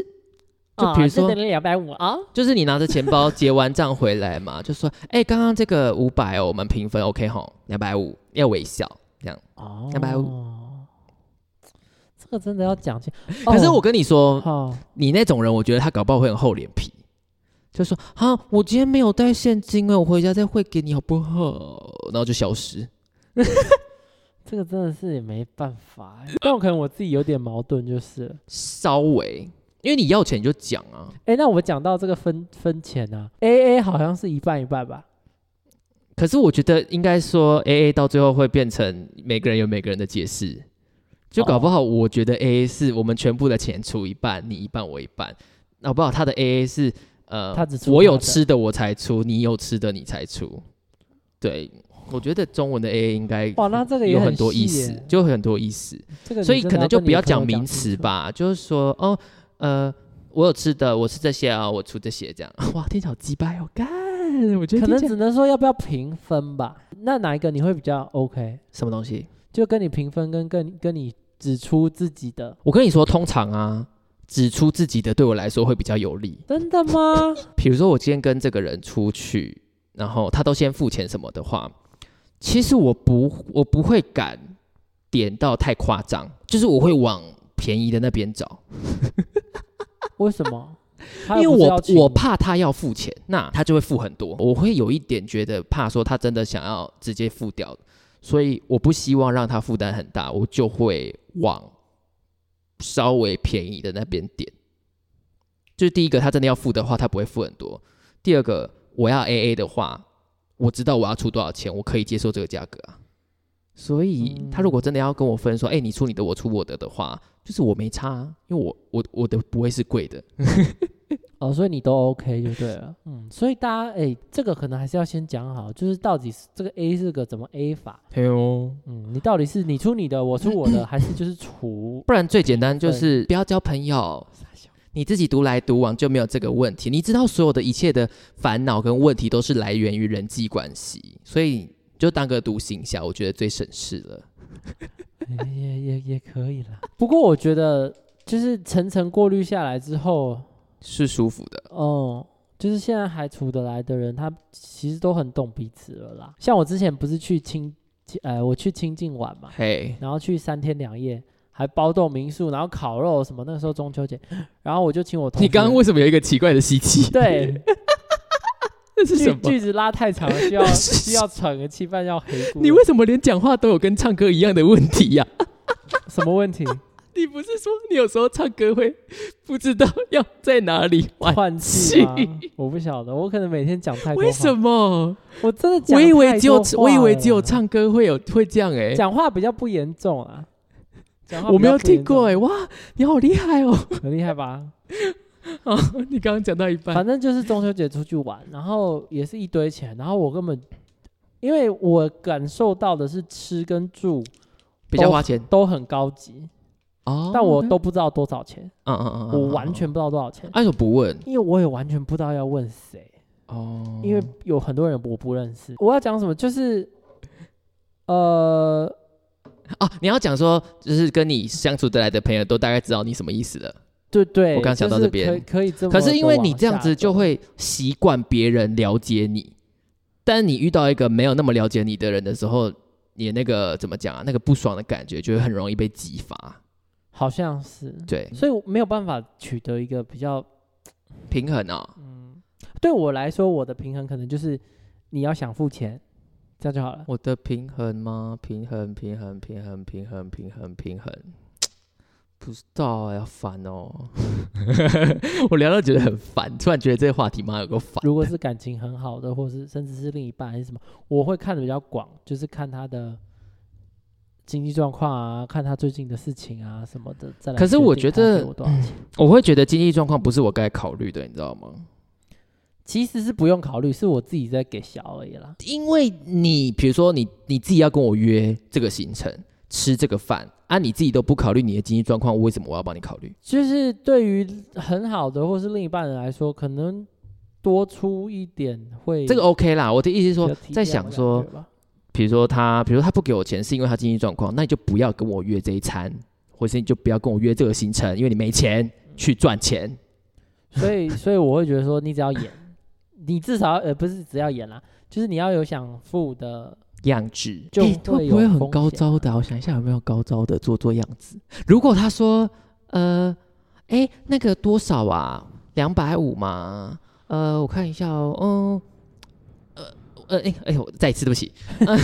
[SPEAKER 1] 啊
[SPEAKER 2] 就比如说
[SPEAKER 1] 哦
[SPEAKER 2] 哦
[SPEAKER 1] 两百五啊，
[SPEAKER 2] 就是你拿着钱包结完账回来嘛， 就说哎，刚刚这个五百哦，我们平分 OK 吼，两百五要微笑这样。
[SPEAKER 1] 哦
[SPEAKER 2] 250
[SPEAKER 1] 这个真的要讲清。
[SPEAKER 2] 可是我跟你说，
[SPEAKER 1] 哦，
[SPEAKER 2] 你那种人，我觉得他搞不好会很厚脸皮，就说啊，我今天没有带现金哎，我回家再汇给你好不好？然后就消失。
[SPEAKER 1] 这个真的是也没办 法欸。但我可能我自己有点矛盾，就是了，
[SPEAKER 2] 稍微，因为你要钱你就讲啊，
[SPEAKER 1] 哎，那我讲到这个分分钱啊，A A 好像是一半一半吧？
[SPEAKER 2] 可是我觉得应该说 A A 到最后会变成每个人有每个人的解释，就搞不好我觉得 A A 是我们全部的钱出一半，你一半我一半，搞不好他的 A A 是呃，
[SPEAKER 1] 他只出
[SPEAKER 2] 我有
[SPEAKER 1] 他的
[SPEAKER 2] 吃的我才出，你有吃的你才出，对。我觉得中文的 A A 应该
[SPEAKER 1] 哇，那这个也
[SPEAKER 2] 有
[SPEAKER 1] 很
[SPEAKER 2] 很多
[SPEAKER 1] 细
[SPEAKER 2] 意思
[SPEAKER 1] 耶，
[SPEAKER 2] 就很多意思，
[SPEAKER 1] 这个你
[SPEAKER 2] 所以
[SPEAKER 1] 真的
[SPEAKER 2] 可能
[SPEAKER 1] 要
[SPEAKER 2] 就
[SPEAKER 1] 跟你
[SPEAKER 2] 不要
[SPEAKER 1] 朋友
[SPEAKER 2] 讲名
[SPEAKER 1] 清
[SPEAKER 2] 词
[SPEAKER 1] 楚。
[SPEAKER 2] 吧，就是说哦，呃，我有吃的，我吃这些啊，我出这些这样。 哇，听起来好鸡掰哦，干，我觉得
[SPEAKER 1] 可
[SPEAKER 2] 听
[SPEAKER 1] 能
[SPEAKER 2] 起来
[SPEAKER 1] 只能说要不要平分吧？那哪一个你会比较 OK？
[SPEAKER 2] 什么东西？
[SPEAKER 1] 就跟你平分，跟跟跟你指出自己的
[SPEAKER 2] 我跟你说，通常啊，指出自己的对我来说会比较有利。
[SPEAKER 1] 真的吗？
[SPEAKER 2] 比如说我今天跟这个人出去，然后他都先付钱什么的话，其实我不我不会敢点到太夸张，就是我会往便宜的那边找，
[SPEAKER 1] 为什 么？他
[SPEAKER 2] 因为
[SPEAKER 1] 又不是
[SPEAKER 2] 我
[SPEAKER 1] 要请
[SPEAKER 2] 我
[SPEAKER 1] 你
[SPEAKER 2] 怕他要付钱，那他就会付很多，我会有一点觉得怕说他真的想要直接付掉，所以我不希望让他负担很大，我就会往稍微便宜的那边点。就是第一个，他真的要付的话，他不会付很多；第二个，我要 A A 的话，我知道我要出多少钱，我可以接受这个价格啊。所以
[SPEAKER 1] 嗯
[SPEAKER 2] 他如果真的要跟我分说，哎、你出你的，我出我的的话，就是我没差、啊，因为我我我的不会是贵的。
[SPEAKER 1] 哦，所以你都 OK 就对了。嗯，所以大家哎、这个可能还是要先讲好，就是到底是这个 A 是个怎么 A 法？
[SPEAKER 2] 对哦，
[SPEAKER 1] 嗯，你到底是你出你的，我出我 的，还是就是除
[SPEAKER 2] 不然最简单就是不要交朋友，你自己独来独往就没有这个问题。你知道所有的一切的烦恼跟问题都是来源于人际关系，所以就当个独行侠，我觉得最省事了。
[SPEAKER 1] 也也也也可以啦。不过我觉得就是层层过滤下来之后，
[SPEAKER 2] 是舒服的，
[SPEAKER 1] 嗯，就是现在还处得来的人，他其实都很懂彼此了啦。像我之前不是去清，呃，我去清境玩嘛，
[SPEAKER 2] 嘿、
[SPEAKER 1] 然后去三天两夜，还包栋民宿，然后烤肉什么。那个时候中秋节，然后我就请我同学
[SPEAKER 2] 你刚刚为什么有一个奇怪的吸 气？，
[SPEAKER 1] 对
[SPEAKER 2] 那是什
[SPEAKER 1] 句
[SPEAKER 2] 么？
[SPEAKER 1] 句子拉太长了，需要
[SPEAKER 2] 是
[SPEAKER 1] 需要喘个气，不然要回顾。
[SPEAKER 2] 你为什么连讲话都有跟唱歌一样的问题呀、
[SPEAKER 1] 什么 问题？
[SPEAKER 2] 你不是说你有时候唱歌会不知道要在哪里换？
[SPEAKER 1] 换气吗？我不晓得，我可能每天讲太多话。
[SPEAKER 2] 为什么？
[SPEAKER 1] 我真的讲
[SPEAKER 2] 我以为
[SPEAKER 1] 太
[SPEAKER 2] 只有
[SPEAKER 1] 多话
[SPEAKER 2] 我以为只有
[SPEAKER 1] 了
[SPEAKER 2] 唱歌会有会这样哎、
[SPEAKER 1] 讲话比较不严重啊。讲话
[SPEAKER 2] 我没有
[SPEAKER 1] 比较不
[SPEAKER 2] 听
[SPEAKER 1] 严重
[SPEAKER 2] 过哎、，哇，你好厉害哦！
[SPEAKER 1] 很厉害吧？
[SPEAKER 2] 你刚刚讲到一半，
[SPEAKER 1] 反正就是中秋节出去玩，然后也是一堆钱，然后我根本因为我感受到的是吃跟住
[SPEAKER 2] 比较花钱
[SPEAKER 1] 都很高级，
[SPEAKER 2] 哦
[SPEAKER 1] 但我都不知道多少钱，
[SPEAKER 2] 嗯嗯嗯嗯，嗯啊
[SPEAKER 1] 我完全不知道多少钱，
[SPEAKER 2] 按手不问
[SPEAKER 1] 因为我也完全不知道要问谁，
[SPEAKER 2] 哦，
[SPEAKER 1] 因为有很多人我不认
[SPEAKER 2] 嗯
[SPEAKER 1] 识。我要讲什么就是，呃，
[SPEAKER 2] 啊，你要讲说就是跟你相处得来的朋友都大概知道你什么意思了，
[SPEAKER 1] 对对，
[SPEAKER 2] 我刚想到这边
[SPEAKER 1] 就是可以可以这么，
[SPEAKER 2] 可是因为你这样子就。会习惯别人了解你，但你遇到一个没有那么了解你的人的时候，你那个怎么讲啊？那个不爽的感觉就会很容易被激发，
[SPEAKER 1] 好像是，
[SPEAKER 2] 对，
[SPEAKER 1] 所以我没有办法取得一个比较
[SPEAKER 2] 平衡啊、
[SPEAKER 1] 对我来说，我的平衡可能就是你要想付钱，这样就好了。
[SPEAKER 2] 我的平衡吗？平衡，平衡，平衡，平衡，平衡，平衡。不知道哎、好烦哦！ 我聊到觉得很烦，突然觉得这个话题妈有个烦。
[SPEAKER 1] 如果是感情很好的，或是甚至是另一半还是什么，我会看的比较广，就是看他的经济状况啊，看他最近的事情啊什么的。再来
[SPEAKER 2] 可是
[SPEAKER 1] 决
[SPEAKER 2] 我
[SPEAKER 1] 定
[SPEAKER 2] 觉
[SPEAKER 1] 他要
[SPEAKER 2] 得
[SPEAKER 1] 给我多少 钱，
[SPEAKER 2] 我会觉得经济状况不是我该考虑的，你知道吗？
[SPEAKER 1] 其实是不用考虑，是我自己在给小而已啦。
[SPEAKER 2] 因为你比如说你你自己要跟我约这个行程，吃这个饭啊，你自己都不考虑你的经济状况，为什么我要帮你考虑？
[SPEAKER 1] 就是对于很好的或是另一半人来说，可能多出一点会
[SPEAKER 2] 这个 OK 啦，我的意思是
[SPEAKER 1] 比
[SPEAKER 2] 说
[SPEAKER 1] 较，体谅
[SPEAKER 2] 在想
[SPEAKER 1] 的感
[SPEAKER 2] 说
[SPEAKER 1] 觉，吧
[SPEAKER 2] 比如说他，比如说他不给我钱是因为他经济状况，那你就不要跟我约这一餐，或是你就不要跟我约这个行程，因为你没钱去赚钱。
[SPEAKER 1] 所以，所以我会觉得说，你只要演，你至少呃不是只要演啦，就是你要有想付的。
[SPEAKER 2] 样子
[SPEAKER 1] 就
[SPEAKER 2] 诶
[SPEAKER 1] 会
[SPEAKER 2] 会
[SPEAKER 1] 有
[SPEAKER 2] 不会很
[SPEAKER 1] 风
[SPEAKER 2] 高
[SPEAKER 1] 险
[SPEAKER 2] 招的啊、我想一下有没有高招的做做样子。如果他说，呃，哎，那个多少啊？两百五嘛？呃，我看一下哦，嗯，呃，呃，哎，哎呦，再一次，对不起，哎、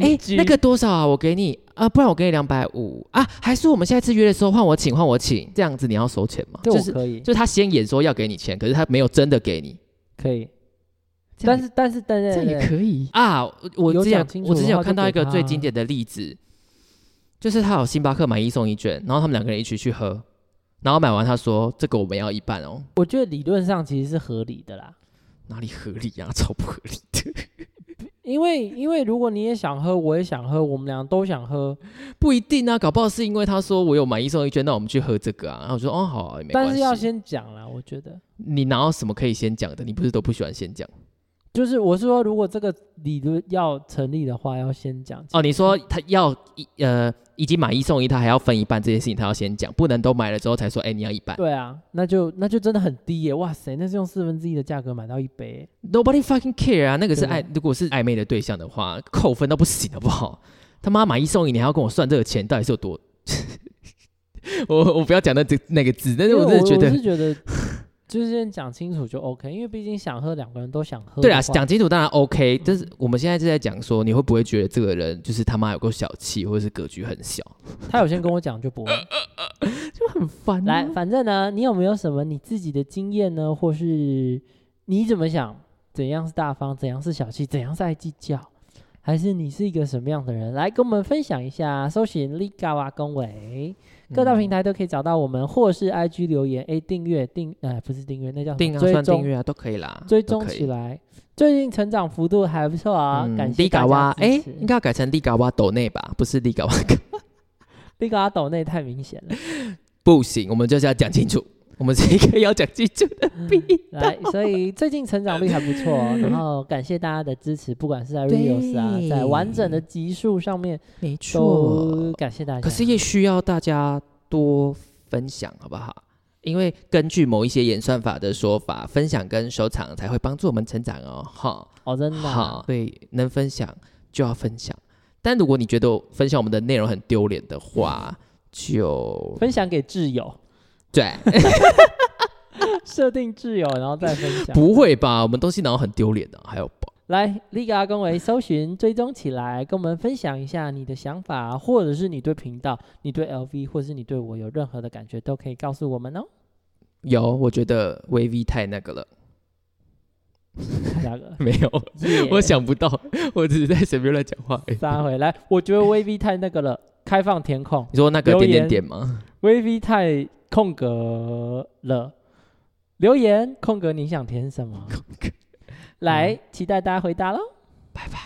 [SPEAKER 1] NG
[SPEAKER 2] 那个多少啊？我给你啊，不然我给你两百五啊，还是我们下一次约的时候换我请，换我请，这样子你要收钱吗？
[SPEAKER 1] 这
[SPEAKER 2] 就
[SPEAKER 1] 我
[SPEAKER 2] 是
[SPEAKER 1] 可以，
[SPEAKER 2] 就是他先演说要给你钱，可是他没有真的给你，
[SPEAKER 1] 可以，
[SPEAKER 2] 这样
[SPEAKER 1] 但是但是但
[SPEAKER 2] 这
[SPEAKER 1] 是
[SPEAKER 2] 样也可以啊。我我
[SPEAKER 1] 有
[SPEAKER 2] 之前
[SPEAKER 1] 讲清楚
[SPEAKER 2] 我之前
[SPEAKER 1] 的
[SPEAKER 2] 有
[SPEAKER 1] 话
[SPEAKER 2] 看
[SPEAKER 1] 就
[SPEAKER 2] 到一
[SPEAKER 1] 给
[SPEAKER 2] 个最
[SPEAKER 1] 他啊
[SPEAKER 2] 经典的例子，就是他有星巴克买一送一券，然后他们两个人一起去喝，然后买完他说这个我们要一半哦，
[SPEAKER 1] 我觉得理论上其实是合理的啦，
[SPEAKER 2] 哪里合理啊？超不合理的，
[SPEAKER 1] 因为因为如果你也想喝，我也想喝，我们俩都想喝，
[SPEAKER 2] 不一定啊，搞不好是因为他说我有买一送一券，那我们去喝这个啊，然后我说哦好啊、也没关系。
[SPEAKER 1] 但是要先讲啦，我觉得。
[SPEAKER 2] 你哪有什么可以先讲的？你不是都不喜欢先讲？
[SPEAKER 1] 就是我是说，如果这个理论要成立的话，要先讲
[SPEAKER 2] 哦，你说他要一呃，已经买一送一，他还要分一半这件事情，他要先讲，不能都买了之后才说，哎、你要一半。
[SPEAKER 1] 对啊，那就那就真的很低耶！哇塞，那是用四分之一的价格买到一杯耶，
[SPEAKER 2] Nobody fucking care 啊，那个是
[SPEAKER 1] 对吧
[SPEAKER 2] 爱，如果是暧昧的对象的话，扣分都不行，好不好？他妈买一送一，你还要跟我算这个钱到底是有多？ 我我不要讲那这那个字，但是
[SPEAKER 1] 因为
[SPEAKER 2] 我真的觉
[SPEAKER 1] 我
[SPEAKER 2] 得
[SPEAKER 1] 是，觉得就是先讲清楚就 OK，因为毕竟想喝，两个人都想喝的话。
[SPEAKER 2] 对啊，讲清楚当然
[SPEAKER 1] 嗯
[SPEAKER 2] OK，但是我们现在是在讲说，你会不会觉得这个人就是他妈有够小气，或者是格局很小，
[SPEAKER 1] 他有先跟我讲就不会。
[SPEAKER 2] 就很烦、
[SPEAKER 1] 来，，反正呢，你有没有什么你自己的经验呢？或是你怎么想？怎样是大方？怎样是小气？怎样是爱计较？还是你是一个什么样的人？来跟我们分享一下。搜寻 Liga 啊，恭维各
[SPEAKER 2] 嗯
[SPEAKER 1] 大平台都可以找到我们，或是 IG 留言，哎，订阅订，哎，不是订阅，那叫什么
[SPEAKER 2] 定啊，
[SPEAKER 1] 追
[SPEAKER 2] 算订
[SPEAKER 1] 踪
[SPEAKER 2] 阅啊，都可以啦，
[SPEAKER 1] 追
[SPEAKER 2] 都
[SPEAKER 1] 踪
[SPEAKER 2] 可以
[SPEAKER 1] 起来。最近成长幅度还不错啊，感谢
[SPEAKER 2] 利
[SPEAKER 1] 大
[SPEAKER 2] 嘎哇，
[SPEAKER 1] 家
[SPEAKER 2] 哎
[SPEAKER 1] 支，持。
[SPEAKER 2] 应该要改成利嘎哇斗内吧，不是利嘎哇，
[SPEAKER 1] Liga 啊抖内太明显了。
[SPEAKER 2] 不行，我们就是要讲清楚，我们是一个要讲清楚的币。
[SPEAKER 1] 来，所以最近成长率还不错 哦，然后感谢大家的支持，不管是在
[SPEAKER 2] 对
[SPEAKER 1] Reels 啊，在完整的集数上面
[SPEAKER 2] 没
[SPEAKER 1] 都，感谢大家。
[SPEAKER 2] 可是也需要大家多分享，好不好？因为根据某一些演算法的说法，分享跟收藏才会帮助我们成长哦，哈。
[SPEAKER 1] 哦，真的啊
[SPEAKER 2] 好，对，能分享就要分享，但如果你觉得我分享我们的内容很丢脸的话，就
[SPEAKER 1] 分享给挚友，
[SPEAKER 2] 对，
[SPEAKER 1] 设定挚友，然后再分享。
[SPEAKER 2] 不会吧？我们东西哪有很丢脸的、啊还有吧？
[SPEAKER 1] 来，Liga 公维搜寻追踪起来，跟我们分享一下你的想法，或者是你对频道、你对 LV，或者是你对我有任何的感觉，都可以告诉我们哦。
[SPEAKER 2] 有，我觉得 VV 太那个了，
[SPEAKER 1] 那个，
[SPEAKER 2] 没有，
[SPEAKER 1] 耶
[SPEAKER 2] 我想不到，我只是在随便乱讲话而已。
[SPEAKER 1] 杀回来，我觉得 VV 太那个了，开放填空。
[SPEAKER 2] 你说那个
[SPEAKER 1] 留
[SPEAKER 2] 点点
[SPEAKER 1] 言
[SPEAKER 2] 点吗？
[SPEAKER 1] VV 太空格了，留言空格你想填什么？来，期待大家回答喽。
[SPEAKER 2] 拜拜。